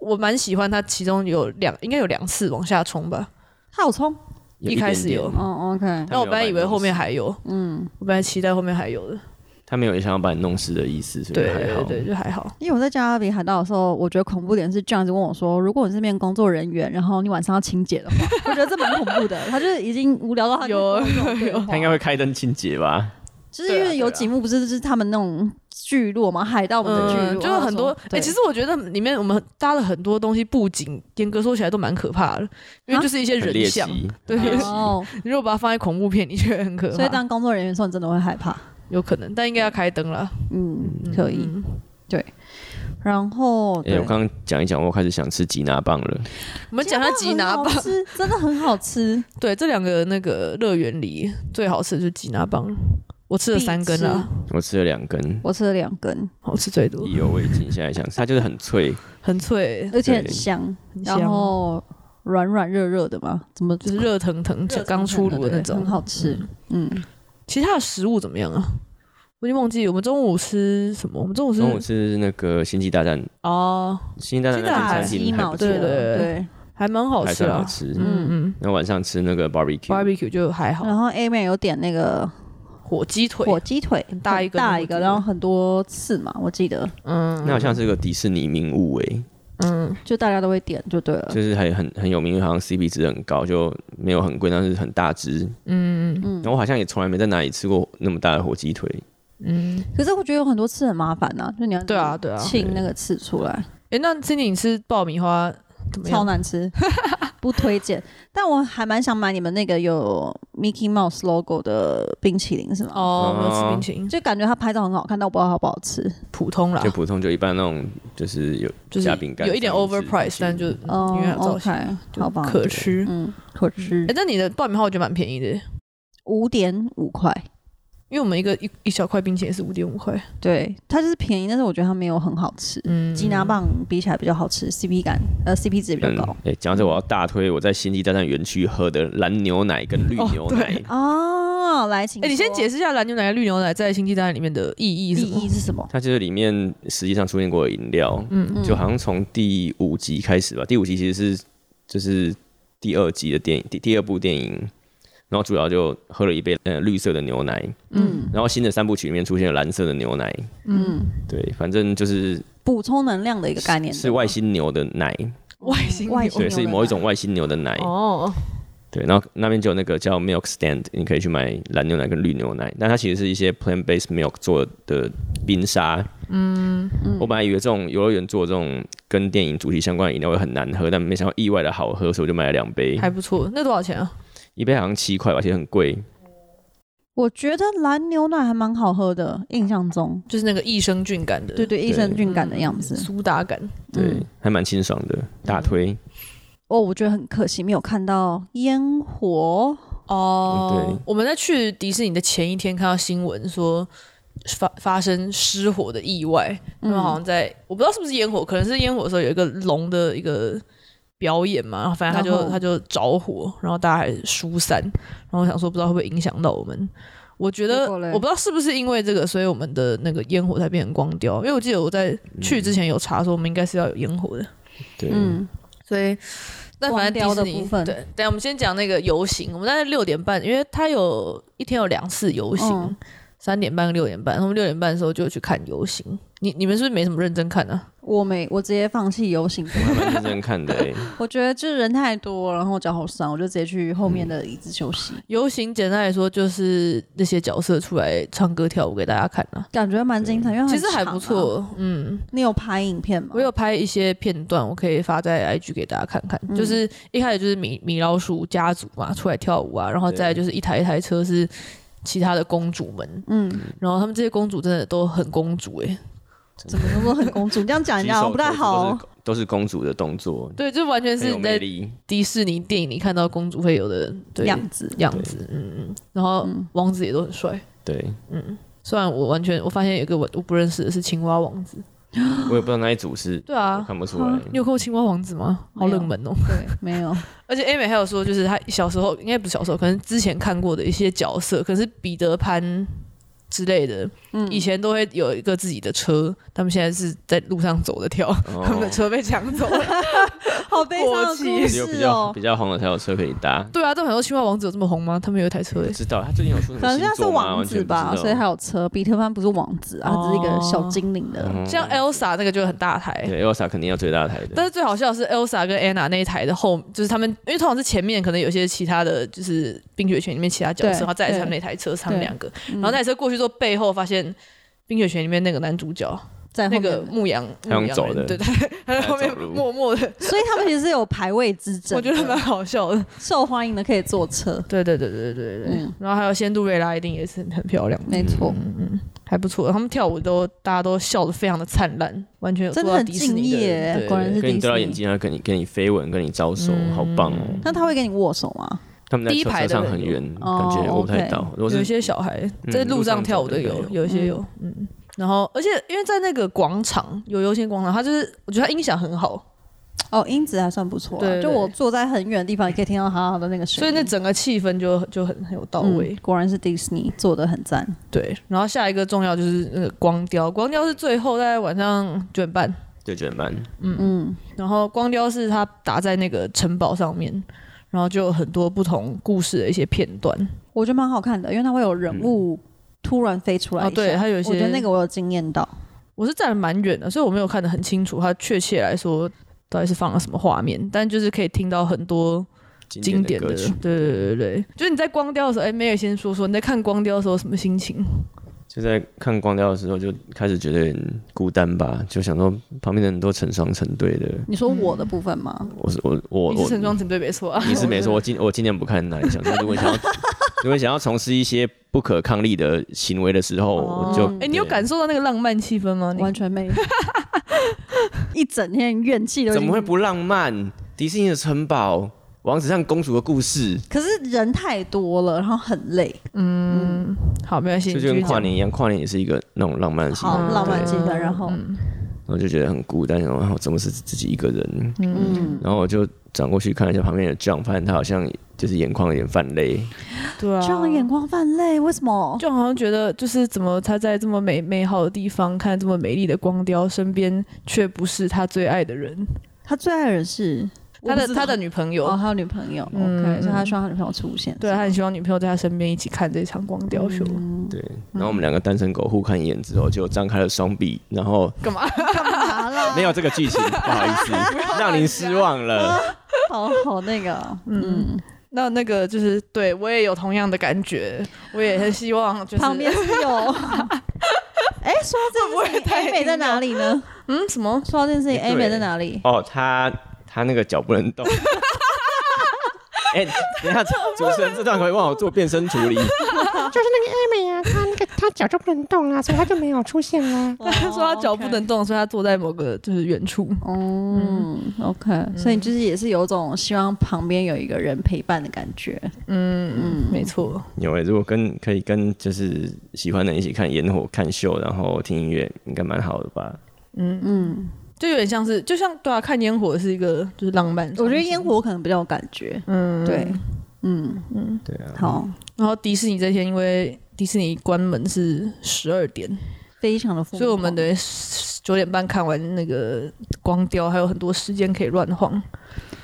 B: 我蛮喜欢它，其中有两应该有两次往下冲吧。
A: 它有冲，
C: 有
B: 一
C: 点
B: 开始
C: 点
B: 有
A: 哦，OK，
C: 它
B: 那我
C: 没有
B: 本来
C: 把
B: 以
C: 你
B: 为
C: 弄
B: 后面
C: 死
B: 还有，
A: 嗯，
B: 我本来期待后面还有的。
C: 他没有想要把你弄死的意思，所以
B: 对
C: 还
B: 对
C: 好。
B: 对，就还好。
A: 因为我在加勒比海盗的时候，我觉得恐怖点是这样子问我说：“如果你是面工作人员，然后你晚上要清 洁的话，我觉得这蛮恐怖的。”他就是已经无聊到他就
B: 有
A: 跟我这种对话
C: 他应该会开灯清洁吧？
A: 就是因为有几幕不是就是他们那种聚落嘛，海盗们的聚落，
B: 就是很多。哎、其实我觉得里面我们搭了很多东西，布景严格说起来都蛮可怕的，因为
A: 啊
B: 就是一些
C: 很猎
B: 人像。
C: 奇，
B: 对
C: 很猎奇
A: 哦，
B: 你如果把它放在恐怖片，你觉得很可怕？
A: 所以当工作人员的时候，你真的会害怕。
B: 有可能，但应该要开灯了。
A: 嗯，可以。
B: 嗯
A: 然后，
C: 哎、
A: 对
C: 我刚刚讲一讲，我开始想吃吉拿棒了。
B: 我们讲一下吉拿棒
A: 很好。吃真的很好吃，
B: 对，这两个那个乐园里最好吃的就是吉拿棒，我吃了三根
A: 必
B: 啦
A: 吃，
C: 我吃了两根，
A: 我吃了两根，
B: 好吃最多，
C: 意犹未尽。现在想吃，它就是很脆，
B: 很脆，
A: 而且很香，
B: 很
A: 然
B: 香，
A: 后软软热热的嘛，怎么
B: 就是热腾腾，
A: 热腾腾的
B: 刚出炉的那
A: 对
B: 种
A: 很。好吃。嗯，
B: 其他的食物怎么样啊？我已经忘记我们中午吃什么，我们中午吃
C: 中午吃那个星际大战，
B: 哦，
C: 星际大战那间餐
A: 鸡
C: 厅还
A: 毛
C: 不
A: 对啊
C: 错，
B: 对对
A: 对。
B: 还蛮好
C: 还
B: 吃
C: 算
B: 啊
C: 好。吃。
B: 嗯嗯
C: 然后晚上吃那个 barbecue，
B: ，barbecue 就还好，
A: 然后 A 妹有点那个
B: 火鸡腿，
A: 嗯
B: 啊
A: 火鸡腿，
B: 很大一个
A: 很
B: 那
A: 大
B: 个
A: 一
B: 火
A: 个，
B: 鸡腿
A: 然后很多刺嘛，我记得
B: 嗯，
C: 那好像是个迪士尼名物诶、
B: 嗯，
A: 就大家都会点就对了。
C: 就是还很很有名，因为好像 CP 值很高，就没有很贵，但是很大只。
B: 嗯
C: 然后我好像也从来没在哪里吃过那么大的火鸡腿，
B: 嗯，
A: 可是我觉得有很多刺很麻烦呐，就你要
B: 对啊对啊啊
A: 清那个刺出来，
B: 哎，那 Cindy 你吃爆米花怎么
A: 超
B: 样？
A: 难吃。 不推荐。但我还蛮想买你们那个有 Mickey Mouse logo 的冰淇淋，是吗？哦，
B: 哦，没有吃冰淇淋，
A: 就感觉它拍照很好看，但我不知道它好不好吃。
B: 普通啦
C: 就，普通就一般那种，就是有
B: 就是
C: 夹饼干
B: 有一点
C: 三明治
B: overprice，但就
A: 哦
B: 嗯因为它造型
A: OK，
B: 就
A: 好吧，
B: 可吃。
A: 嗯，可吃
B: 哎，，但你的爆米花我觉得蛮便宜的，
A: 五点五块。
B: 因为我们一个一一小块冰淇淋是五点五块，
A: 对，它就是便宜，但是我觉得它没有很好吃。
B: 嗯，
A: 吉拿棒比起来比较好吃，CP 感呃 CP 值比较
C: 嗯
A: 高。，
C: 哎、讲到这我要大推我在星际大战园区喝的蓝牛奶跟绿
B: 哦
C: 牛奶。
B: 对
A: 哦，来，请
B: 哎、你先
A: 说
B: 解释一下蓝牛奶跟绿牛奶在星际大战里面的意义是什
A: 意
B: 么
A: 义？是什么？
C: 它就是里面实际上出现过的饮料，
B: 嗯，
C: 就好像从第五集开始吧。第五集其实是就是第二集的电影，第第二部电影，然后主角就喝了一杯呃绿色的牛奶，
A: 嗯
C: 然后新的三部曲里面出现了蓝色的牛奶，
A: 嗯，
C: 对，反正就是
A: 补充能量的一个概念
C: 是外星牛的奶，
B: 外星
A: 外
B: 牛
A: 星
C: 对，
A: 牛
C: 是
A: 的
C: 某一
A: 奶
C: 种外星牛的奶，
B: 哦，
C: 对，然后那边就有那个叫 Milk Stand，你可以去买蓝牛奶跟绿牛奶，但它其实是一些 plant based milk 做的冰沙。嗯，我本来以为这种游乐园做这种跟电影主题相关的饮料会很难喝，但没想到意外的好喝，所以我就买了两杯，
B: 还不错。那多少钱啊？
C: 一杯好像七块吧，其实很贵。
A: 我觉得蓝牛奶还蛮好喝的，印象中，
B: 就是那个益生菌感的，
A: 对对，益生菌感的样子。
B: 苏打感。
C: 对，
A: 嗯
C: 还蛮清爽的，大推。
A: 哦，我觉得很可惜没有看到烟火。
B: 哦、
C: 嗯对
B: 我们在去迪士尼的前一天看到新闻说发发生失火的意外，他
A: 嗯
B: 们好像在我不知道是不是烟火，可能是烟火的时候有一个龙的一个表演嘛，然后反正他
A: 然
B: 就
A: 后
B: 他就着火，然后大家还疏散，然后我想说不知道会不会影响到我们。我觉
A: 结
B: 得
A: 果嘞
B: 我不知道是不是因为这个，所以我们的那个烟火才变成光雕。因为我记得我在去之前有查说我们应该是要有烟火的，
C: 对，
A: 嗯，
B: 所以，但反正迪
A: 光雕
B: 士
A: 的
B: 尼
A: 部分
B: 对，对，我们先讲那个游行。我们大概六点半，因为它有一天有两次游行
A: 嗯，
B: 三、点半跟六点半。我们六点半的时候就去看游行。你你们是不是没什么认真看啊呢、
A: 我没，我直接放弃游行。
C: 我还蛮认真看 的、欸，
A: 我觉得就是人太多，然后我脚好酸，我就直接去后面的椅子休息，
B: 游行简单来说就是那些角色出来唱歌跳舞给大家看啊，
A: 感觉蛮精彩，因为它很
B: 其实还
A: 长啊
B: 不。错。嗯，
A: 你有拍影片吗？
B: 我有拍一些片段，我可以发在 IG 给大家看看。就是
A: 嗯
B: 一开始就是米米老鼠家族嘛出来跳舞啊，然后再来就是一台一台车是其他的公主们，
A: 嗯，
B: 然后他们这些公主真的都很公主哎、
A: 怎么都说很公主，你这样讲人
C: 举
A: 家好像
C: 手
A: 啊不太
C: 投足
A: 好哦
C: 都是，都是公主的动作，
B: 对，就完全
C: 很
B: 是
C: 有
B: 你
C: 魅
B: 在
C: 力。
B: 迪士尼电影里看到公主会有的对
A: 样子。
B: 样子，嗯嗯，然后王子也都很帅，
C: 对，
B: 虽然我完全我发现有一个我我不认识的是青蛙王子，
C: 我也不知道那一组是，
B: 对啊
A: 哦
C: 我看不出 来。
B: 你有看过青蛙王子吗？好冷门哦、
A: 对，没有，
B: 而且 Amy 还有说，就是她小时候应该不是小时候，可能之前看过的一些角色，可能是彼得潘。之类的，
A: 嗯
B: 以前都会有一个自己的车，他们现在是在路上走着跳，
C: 哦
B: 他们的车被抢走了。
A: 好悲伤的
B: 国旗
A: 故
C: 只有比
A: 事
C: 较
A: 哦。
C: 比较红的才有车可以搭。
B: 对啊，但很多青蛙王子有这么红吗？他们有一台车
C: 不
B: 诶。
C: 知道他最近有出什
A: 可
C: 么
A: 能
C: 星
A: 像是
C: 座吗？
A: 王
C: 完
A: 子
C: 全不知
A: 吧
C: 道，
A: 所以还有车。比特潘不是王子啊，他只是一个小精灵的。
C: 嗯
B: 像 Elsa 那个就很大台，
C: 对 Elsa 肯定要最大台的，
B: 但是最好笑的是 Elsa 跟 Anna 那一台的后，就是他们，因为通常是前面可能有些其他的就是《冰雪奇缘》里面其他角色，
A: 对
B: 然后再来是他们
A: 对
B: 那台车是他们两个，然后那台车过去之后，背后发现《冰雪奇缘》里面那个男主角
A: 在后
B: 那
A: 面
B: 个
A: 的，
B: 牧羊，
C: 他用
B: 牧羊人
C: 走的
B: 对， 他他在后面
C: 他走路
B: 默默的，
A: 所以他们其实是有排位之争。
B: 我觉得蛮好笑的。
A: 受欢迎的可以坐车，
B: 对对对对对对对，
A: 嗯
B: 然后还有仙杜瑞拉一定也是很漂亮的。
A: 没错，
B: 还不错，他们跳舞都大家都笑得非常的灿烂，完全有做
A: 真的
B: 到
A: 很
B: 迪士
A: 敬
B: 尼的人
A: 业
B: 对，
A: 果然是嗯
C: 跟
A: 迪
C: 你对到
A: 士
C: 眼
A: 尼。
C: 睛，然后跟你跟你飞吻，跟你招手，好棒哦！
A: 那他会跟你握手吗？
C: 他们在
B: 第一
C: 车
B: 排的
C: 上
B: 人
C: 很
B: 有
C: 远，
A: 哦
C: 感觉握不太
A: OK
C: 到。如果
B: 有一
C: 是
B: 些小孩
C: 嗯
B: 在路上跳舞的
C: 路上
B: 有
C: 走，的
B: 有一些有，嗯。然后，而且因为在那个广场有优先广场，它就是我觉得它音响很好，
A: 哦，音质还算不错啊、
B: 对对
A: 就我坐在很远的地方，也可以听到他的那个声
B: 所
A: 音。
B: 以那哦整个气氛就就很很有到位
A: 嗯。，果然是迪士尼做的很赞。
B: 对，然后下一个重要就是那个光雕，光雕是最后大概晚上九点半，
C: 对卷班，
A: 嗯，
B: 然后光雕是它打在那个城堡上面，然后就有很多不同故事的一些片段。
A: 我觉得蛮好看的，因为它会有人物突然飞出来一
B: 哦
A: 下、
B: 对它有一些
A: 我觉得那个我有惊艳到。
B: 我是站得蛮远的，所以我没有看得很清楚，它确切来说到底是放了什么画面，但就是可以听到很多经典的，
C: 歌曲
B: 对对对对对，就是你在光雕的时候，哎、梅尔先说说你在看光雕的时候什么心情？
C: 就在看光雕的时候，就开始觉得有点孤单吧，就想说旁边的人都成双成对的，
A: 你说我
B: 嗯
A: 的部分吗？
C: 我是我我
B: 你
C: 我
B: 是成双成对没错啊，
C: 你是没错，我今我今年不看哪里想，但如果你想要 如果你想要从事一些不可抗力的行为的时候，我就
B: 哎、你有
C: 对
B: 感受到那个浪漫气氛吗？你
A: 完全没有， 一整天怨气都已
C: 怎
A: 经
C: 么会？不浪漫？迪士尼的城堡，王子和公主的故事，
A: 可是人太多了，然后很累，
B: 嗯，好，没关系，
C: 就
B: 你
C: 就
B: 继续
C: 跟
B: 讲
C: 跨年一样，跨年也是一个那种浪漫的事情，
A: 好
C: 对
A: 浪漫气氛，然后
B: 嗯
C: 然后就觉得很孤单，然后我怎么是自己一个人？
A: 嗯，
C: 然后我就转过去看了一下旁边的 John，发现他好像就是眼眶有点泛泪，
B: 对啊，
A: 这样眼光泛泪，为什么？
B: 就好像觉得，就是怎么他在这么美美好的地方看这么美丽的光雕，身边却不是他最爱的人，
A: 他最爱的人是我
B: 他
A: 不
B: 的
A: 知道
B: 他的女朋友。
A: 哦，他有女朋友
B: 嗯
A: ，OK，所以他希望他女朋友出现，
B: 对，他很希望女朋友在他身边一起看这场光雕秀。
A: 嗯
C: 对，然后我们两个单身狗互看一眼之后，就张开了双臂，然后
B: 干嘛？
A: 干嘛啦？
C: 没有这个剧情， 不好意思，让您失望 了。
A: 好好那个，嗯
B: 嗯， 那那个就是，对我也有同样的感觉，我也很希望 就是
A: 旁边是有。哎，说到这件事
B: 会不会
A: 情
B: 太
A: ，A 美在哪里呢？
B: 嗯什么？
A: 说到这件事情
C: 哎
A: ，A
C: 对
A: 美
B: 欸
A: 在哪里？
C: 哦，他他那个脚不能动。哎、等一下，主持人这段可以帮我做变身处理。
D: 就是那个艾美啊，她那个她脚就不能动啊，所以她就没有出现啊啦。
B: 他 说他脚不能动，所以他坐在某个就是远处。
A: 哦，OK，所以
B: 嗯
A: 你就是也是有种希望旁边有一个人陪伴的感觉，
B: 嗯嗯，没错。
C: 有哎、如果跟可以跟就是喜欢的人一起看烟火、看秀，然后听音乐，应该蛮好的吧？
B: 嗯，
A: 嗯，
B: 就有点像是，就像对啊，看烟火是一个就是浪漫。
A: 我觉得烟，火我可能比较有感觉，
B: 嗯，
A: 对，嗯，
C: 对啊，
A: 好，
B: 然后迪士尼这天，因为迪士尼关门是十二点，
A: 非常的疯狂，哦
B: 所以我们等于九点半看完那个光雕，还有很多时间可以乱晃。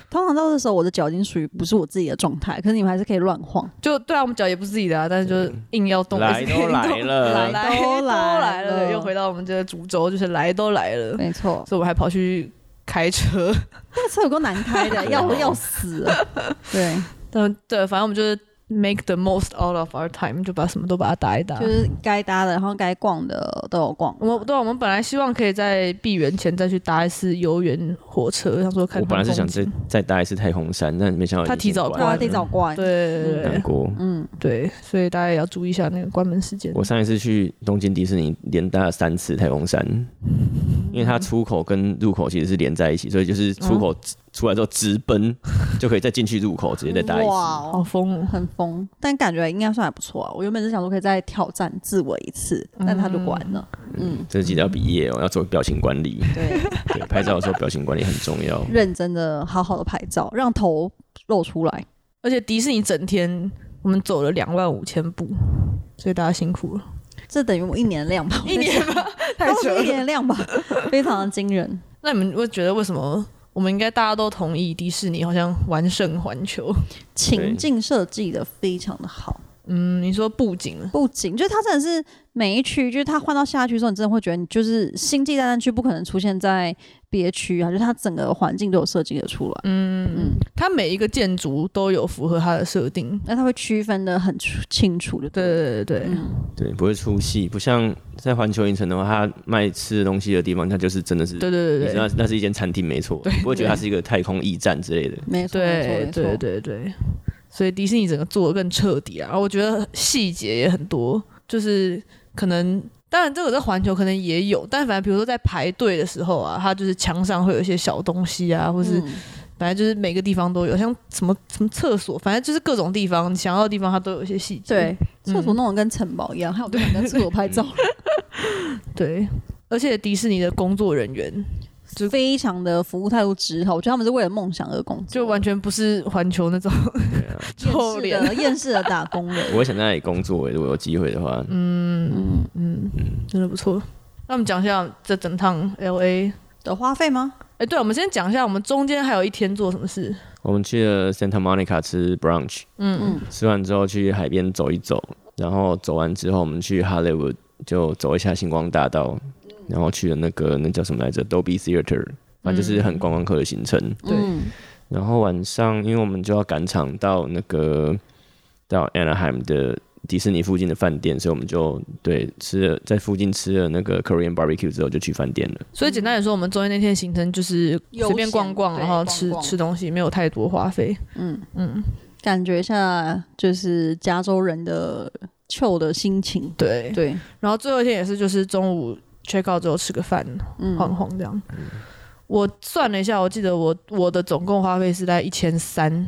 A: 通常到这时候我的脚已经属于不是我自己的状态，可是你们还是可以乱晃，
B: 就对啊，我们脚也不是自己的啊，但是就是硬要动，
C: 来
B: 一直可以
C: 都
B: 动
C: 来
A: 来
C: 了，
B: 来
A: 都
B: 都
A: 来
B: 来
A: 了
B: 了，又回到我们这个主轴，就是来都来了，
A: 没错，
B: 所以我们还跑去开车。
A: 那个车有够难开的，
C: 对
A: 要
C: 哦
A: 要死了，对，
B: 但对，反正我们就是 make the most out of our time，就把什么都把它打一打。
A: 就是该搭的，然后该逛的都有逛，
B: 我们对啊、我们本来希望可以在闭园前再去搭一次游园火车，想说看
C: 我本来是
B: 看
C: 想
B: 风
C: 再
B: 景
C: 再搭一次太空山，但没想到已
B: 他
C: 经
B: 提早
C: 关
A: 对啊，
C: 了
A: 得早逛，
B: 对对
C: 难
B: 对
C: 过。
A: 嗯，
B: 对，所以大家也要注意一下那个关门时间。
C: 我上一次去东京迪士尼，连搭了三次太空山，因为它出口跟入口其实是连在一起，所以就是出
B: 哦
C: 口出来之后直奔，就可以再进去入口，直接再搭一次。
A: 哇
B: 好
A: 哦。
B: 疯哦！
A: 很疯，但感觉应该算还不错啊。我原本是想说可以再挑战自我一次，但他就关了。嗯，
C: 这记得要毕业哦，要做表情管理。
A: 对，
C: 对，拍照的时候表情管理很重 要。
A: 认真的好好的拍照，让头露出来。
B: 而且迪士尼整天我们走了两万五千步，所以大家辛苦了。
A: 这等于我一年的量吧，一年 吧，
B: 太扯了
A: 一年的量吧，非常的惊人。
B: 那你们会觉得为什么我们应该大家都同意迪士尼好像完胜环球？
A: 情境设计的非常的好，
B: 嗯，你说布景
A: 不仅就是它真的是每一区，就是它换到下一区的时候，你真的会觉得你就是星际大战区不可能出现在别区啊，就是它整个环境都有设计的出来，
B: 嗯它每一个建筑都有符合它的设定。
A: 那它会区分的很出清楚的。
B: 对对对对对，
A: 嗯，
C: 对，不会出戏，不像在环球影城的话，它卖吃的东西的地方，它就是真的是，
B: 对对对
C: 你知道
B: 对。
C: 那是一间餐厅没错，你不会觉得它是一个太空驿站之类的。
A: 没错，
B: 对
A: 没错，
B: 对
A: 没错。
B: 对对，所以迪士尼整个做的更彻底啊，然后我觉得细节也很多，就是可能。当然，这个在环球可能也有，但反正比如说在排队的时候啊，它就是墙上会有一些小东西啊，或是
A: 嗯
B: 反正就是每个地方都有，像什么什么厕所，反正就是各种地方你想要的地方，它都有一些细节。
A: 对，厕所弄得跟城堡一样，还有人跟厕所 拍照，
B: 对，而且迪士尼的工作人员
A: 就非常的服务态度之好。我觉得他们是为了梦想而工作，
B: 就完全不是环球那种 臭
A: 厌
B: 脸
A: 世，的厌世的打工人。
C: 我会想在那里工作、如果有机会的话，
B: 嗯真的不错。那我们讲一下这整趟 L A
A: 的花费吗？
B: 哎、对，我们先讲一下，我们中间还有一天做什么事？
C: 我们去了 Santa Monica 吃 brunch，
B: 嗯
C: 吃完之后去海边走一走，然后走完之后我们去 Hollywood 就走一下星光大道，然后去了那个那叫什么来着 Dolby Theater，反正就是很观光客的行程。
B: 对
A: 嗯
C: 然后晚上因为我们就要赶场到那个到 Anaheim 的迪士尼附近的饭店，所以我们就对吃了在附近吃了那个 Korean barbecue 之后就去饭店了。
B: 所以简单来说，我们中间那天行程就是随便逛
A: 悠
B: 逛，
A: 闲
B: 然后
A: 对
B: 吃
A: 逛逛
B: 吃东西，没有太多花费。
A: 嗯，
B: 嗯，
A: 感觉一下就是加州人的秋的心情。
B: 对。
A: 对，
B: 然后最后一天也是就是中午 check out 之后吃个饭，
A: 嗯，
B: 晃晃这样。我算了一下，我记得我我的总共花费是在一千
A: 嗯
B: 三，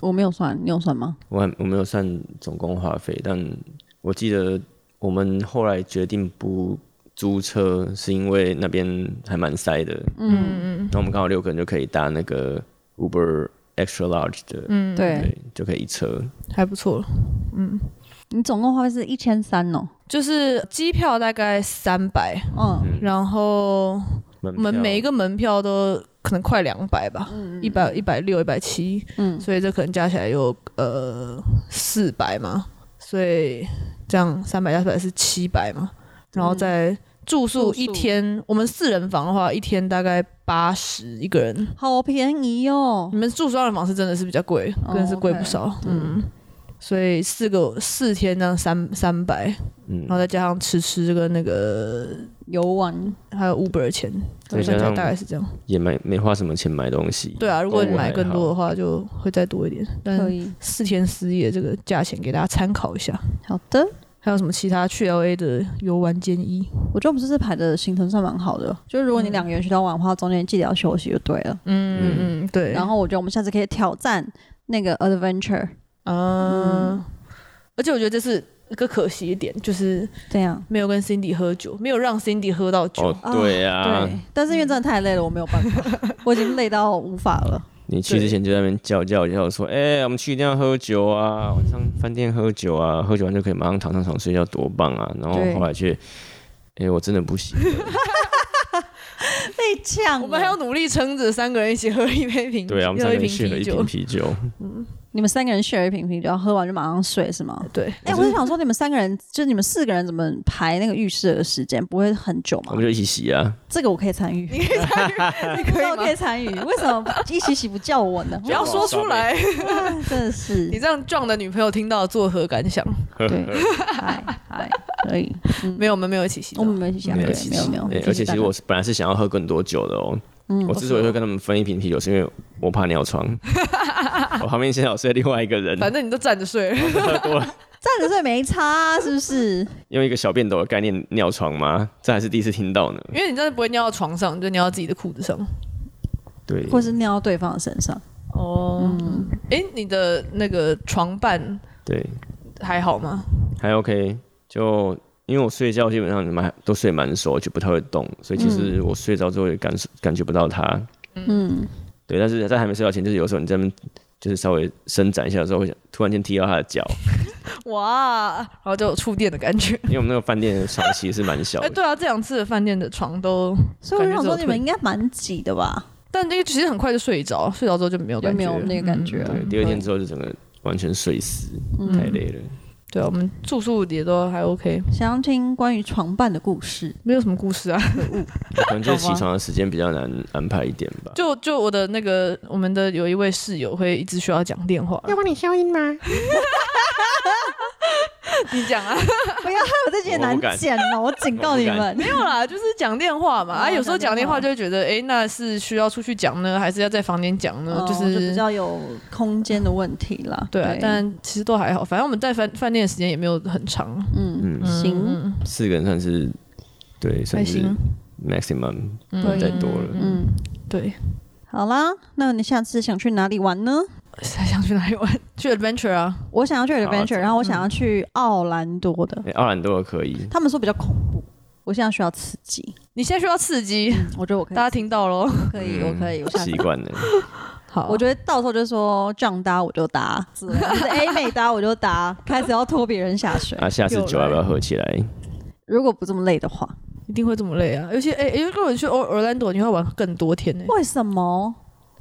A: 我没有算，你有算吗？
C: 我还我没有算总共花费，但我记得我们后来决定不租车，是因为那边还蛮塞的。
B: 嗯嗯
C: 那我们刚好六个人就可以搭那个 Uber Extra Large 的，
B: 嗯，
A: 对
C: 对，就可以一车。
B: 还不错。嗯，
A: 你总共花费是一千三哦。
B: 就是机票大概三百，
A: 嗯
C: 嗯，
B: 然后
C: 门
B: 我们
C: 票
B: 每一个门票都可能快两百吧，一百一百六一百七，
A: 嗯
B: 所以这可能加起来有呃四百嘛，所以这样三百加起来是七百嘛，然后再住宿
A: 嗯住宿
B: 一天，我们四人房的话一天大概八十一个人，
A: 好便宜哦
B: 你。们住双人房是真的是比较贵，
A: 哦
B: 真的是贵不少，嗯。所以四个四天这样三三百，
C: 嗯
B: 然后再加上吃吃跟那个
A: 游玩
B: 还有 Uber 的钱，
C: 对
B: 算起来
C: 加上
B: 大概是这样。
C: 也没没花什么钱买东西。
B: 对啊，如果
C: 购
B: 你
C: 物
B: 买
C: 哦还
B: 更
C: 好
B: 多的话，就会再多一点。
A: 可
B: 但
A: 以。
B: 四天四夜这个价钱给大家参考一下。
A: 好的，
B: 还有什么其他去 L A 的游玩建议？
A: 我觉得我们这次排的行程算蛮好的，就是如果你
B: 嗯
A: 两个园区都要玩的话，中间记得要休息就对了。
B: 嗯嗯，对。
A: 然后我觉得我们下次可以挑战那个 adventure，
B: 嗯，而且我觉得这是一个可惜一点，就是
A: 这样。
B: 没有跟 Cindy 喝酒，没有让 Cindy 喝到酒。
C: 哦，对啊，嗯
A: 对，但是因为真的太累了，我没有办法， 我已经累到无法了。
C: 你去之前就在那边叫叫叫说，哎、我们去一定要喝酒啊，晚上饭店喝酒啊，喝酒完就可以马上躺上床睡觉，多棒啊！然后
A: 对
C: 后来却，哎、我真的不行，
A: 被呛了，
B: 我们还要努力撑着，三个人一起喝一杯
A: 嗯
B: 啤酒，
C: 对啊，我们三
B: 喝
C: 个
B: 一瓶
C: 人去了
B: 啤
C: 一瓶
B: 酒。
C: 啤酒，
A: 你们三个人 share 一瓶啤酒，然后喝完就马上睡是吗？
B: 对，
A: 哎、我就想说，你们三个人，就是你们四个人怎么排那个浴室的时间，不会很久
C: 我
A: 吗
C: 们？就一起洗啊，
A: 这个我可以参与，
B: 你可以参与，你可
A: 这个我可
B: 以吗？
A: 以参与，为什么一起洗不 叫我呢？
B: 不要说出来，
A: 真的是
B: 你，这样撞的女朋友听到作何感想？
A: 对，嗨嗨，可以，
B: 没有，我们没有一起洗澡
A: 我们没有一起想，
C: 没
A: 对
C: 有一起
A: 没有
C: 洗
A: 没有
C: 哎，而且其实我，是本来是想要喝更多酒的哦，
A: 嗯
C: 我之所以会跟他们分一瓶啤酒，是因为我怕 尿床，我旁边现在有睡另外一个人，
B: 反正你都站着睡了，
C: 喝多了，
A: 站着睡没差啊、是不是？
C: 用一个小便斗的概念尿床吗？这还是第一次听到呢，
B: 因为你真的不会尿到床上，你就尿到自己的裤子上。
C: 对，
A: 或是尿到对方的身上，
B: 哦，哎、你的那个床伴
C: 对，
B: 还好吗？
C: 还 OK，就因为我睡觉基本上蛮都睡蛮熟，就不太会动，所以其实我睡着之后也感受感觉不到它。
A: 嗯，
C: 对，但是在还没睡着前，就是有时候你在那边就是稍微伸展一下的时候，会想突然间踢到它的脚，
B: 哇，然后就有触电的感 觉。
C: 因为我们那个饭店的床其实是蛮小
B: 哎、
C: 的。
B: 对啊，这两次的饭店的床都，
A: 所以我就想说，你
B: 感觉只有
A: 们应该蛮挤的吧？
B: 但那个其实很快就睡着，睡着之后就没有
A: 有
B: 感觉，
A: 没有那个感觉？
B: 啊
C: 嗯对，第二天之后就整个完全睡死，
B: 嗯
C: 太累 了。
B: 对啊，我们住宿也都还 OK，
A: 想要听关于床伴的故事，
B: 没有什么故事啊。
C: 可能就是起床的时间比较难安排一点吧。
B: 就就我的那个，我们的有一位室友会一直需要讲电话，
D: 要帮你消音吗？
B: 你讲啊。
A: 不要害我自己也
C: 我
A: 难
C: 不敢
A: 剪了，我警告你们。
B: 没有啦，就是讲电话嘛。
A: 哦
B: 啊，有时候讲电
A: 讲电话
B: 话就会觉得，哎、那是需要出去讲呢，还是要在房间讲呢？
A: 哦
B: 是
A: 比较有空间的问题啦。
B: 对啊，但其实都还好。反正我们在饭饭店的时间也没有很长，
A: 嗯，
C: 嗯，
A: 行，
B: 嗯，
C: 四个人算是对，
B: 还
C: 算是
B: 行，
C: maximum 不
B: 嗯
C: 能再多了。
A: 嗯，
B: 对。
A: 好啦，那你下次想去哪里玩呢？
B: 还想去哪里玩？去 adventure 啊？
A: 我想要去
C: 好啊
A: adventure，然后我想要去奥兰多的，
C: 哎奥兰多可以，
A: 他们说比较恐怖，我现在需要刺激，
B: 你现在需要刺激，
A: 嗯我觉得我可
B: 大
A: 以，
B: 家听到喽。
A: 我可以，
C: 嗯
A: 我可以，我下次
C: 习。惯了。
B: 好
A: 我觉得到时候就说这样搭我就搭，之类的就是啊 A 妹搭我就搭，开始要拖别人下水。
C: 啊，下次
B: 又
C: 酒要不要
B: 来
C: 合起来？
A: 如果不这么累的话，
B: 一定会这么累啊！尤其哎，因为如果你去 o r l a n d 你会玩更多天呢、
A: 为什么？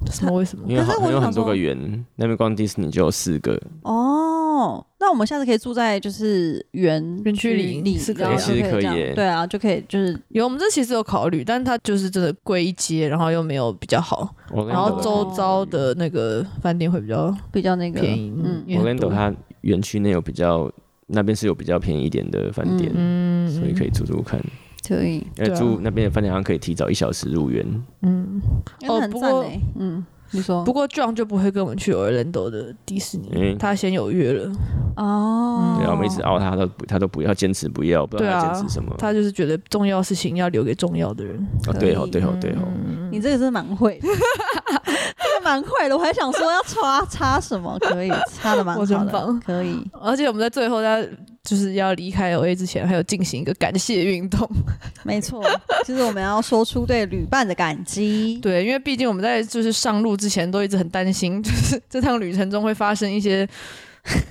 B: 什么？为什么？
C: 因为
A: 可是
C: 好
A: 我
C: 有
A: 想
C: 很多
A: 说
C: 个圆，那边光迪士尼就有四个，
A: 哦，那我们下次可以住在就是园
B: 园区
A: 里
B: 里
A: 里，
B: 是可以
A: 然后
B: 的
A: 就
C: 其实可
A: 以
C: 以
A: 这样
C: 耶
A: 对啊，就可以就是
B: 有，我们这其实有考虑，但它就是真的贵一阶，然后又没有比较好，
C: 我跟
B: 然后周遭的那个饭店会比较
A: 比较那个
B: 便宜。
A: 嗯，
B: 因为很
C: 我跟
B: 多
C: 斗它园区内有比较，那边是有比较便宜一点的饭店，
B: 嗯，
C: 所以可以住住看。
A: 可以，
C: 因
B: 对
C: 为
B: 啊
C: 住那边的饭店好像可以提早一小时入园，
B: 嗯。
A: 那很
B: 不
A: 赞
B: 过
A: 欸嗯，你说
B: 不过 John 就不会跟我们去 Orlando 的迪士尼，
C: 嗯
B: 他先有约了，嗯
A: 哦，
C: 对啊，我们一直熬他，他都不他都不要，坚持不要，不知道
B: 对
C: 他
B: 啊
C: 坚持什么。
B: 他就是觉得重要事情要留给重要的人。
C: 哦，对哦，对哦，对
B: 嗯
C: 哦，
A: 你这个真的蛮会的， 这个蛮会的。我还想说要插插什么，可以插的蛮
B: 我真
A: 好的
B: 棒，
A: 可以。
B: 而且我们在最后他就是要离开 LA 之前，还有进行一个感谢运 动。
A: 没错，就是我们要说出对旅伴的感激。
B: 对，因为毕竟我们在就是上路之前都一直很担心，就是这趟旅程中会发生一些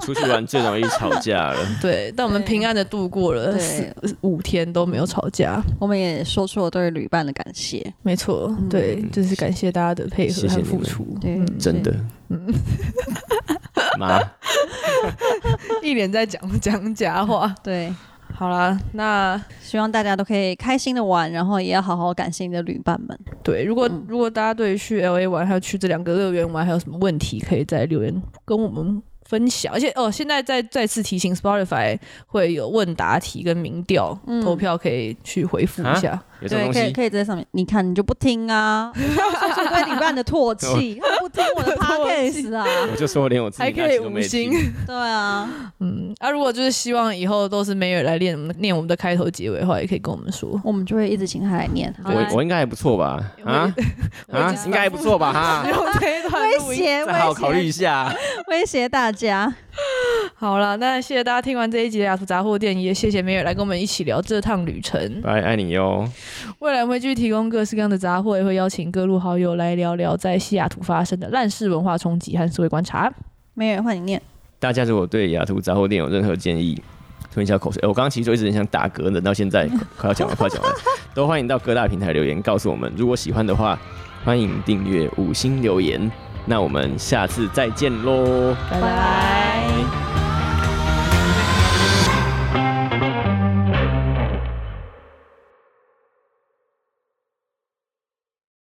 C: 出去玩最容易吵架了。
B: 对，但我们
A: 对
B: 平安的度过了四
A: 对，
B: 五天都没有吵架。
A: 我们也说出了对旅伴的感谢。
B: 没错，对，就是感谢大家的配合
C: 嗯谢谢
B: 和
C: 你
B: 付
C: 们
B: 出，嗯
A: 对，
C: 真的。妈，
B: 一脸在讲讲假话。
A: 对，
B: 好啦，那
A: 希望大家都可以开心的玩，然后也要好好感谢你的旅伴们。
B: 对，如果、如果大家对于去 L A 玩还有去这两个乐园玩还有什么问题，可以在留言跟我们分享。而且哦，现在再再次提醒，Spotify 会有问答题跟民调、
A: 嗯
B: 投票，可以去回复一
C: 啊
B: 下。
C: 有这
A: 对，
C: 种东
A: 可以
C: 西，
A: 可以在上面，你看你就不听 啊，我说出对旅伴的唾弃，他不听我的 podcast 啊，
C: 我就说连我自己
B: 还可
C: 那
B: 以
C: 期都
B: 五
C: 没
B: 星
C: 听，
A: 对啊，
B: 嗯，啊，如果就是希望以后都是梅尔来念我们念我们的开头结尾的话，也可以跟我们说。
A: 我们就会一直请他来念。好
C: 我我应该还不错吧？啊啊，应该还不错吧？ 哈，
B: 用这一段录
A: 威
B: 音。
A: 胁
C: 再好好
A: 威
C: 考虑
A: 胁
C: 一 下。
A: 威胁大家，
B: 好了，那谢谢大家听完这一集的雅图杂货店，也谢谢梅尔来跟我们一起聊这趟旅程。
C: 拜，爱你哦哟。
B: 未来我们会继续提供各式各样的杂货，也会邀请各路好友来聊聊在西雅图发生的烂事文化冲击和社会观察。
A: 没人换你念，
C: 大家如果对雅图杂货店有任何建议，吞一下口水。哎我刚刚其实就一直很想打嗝，等到现在快要讲完，快要讲完，都欢迎到各大平台留言告诉我们。如果喜欢的话，欢迎订阅、五星留言。那我们下次再见喽，
A: 拜
B: 拜
A: 拜。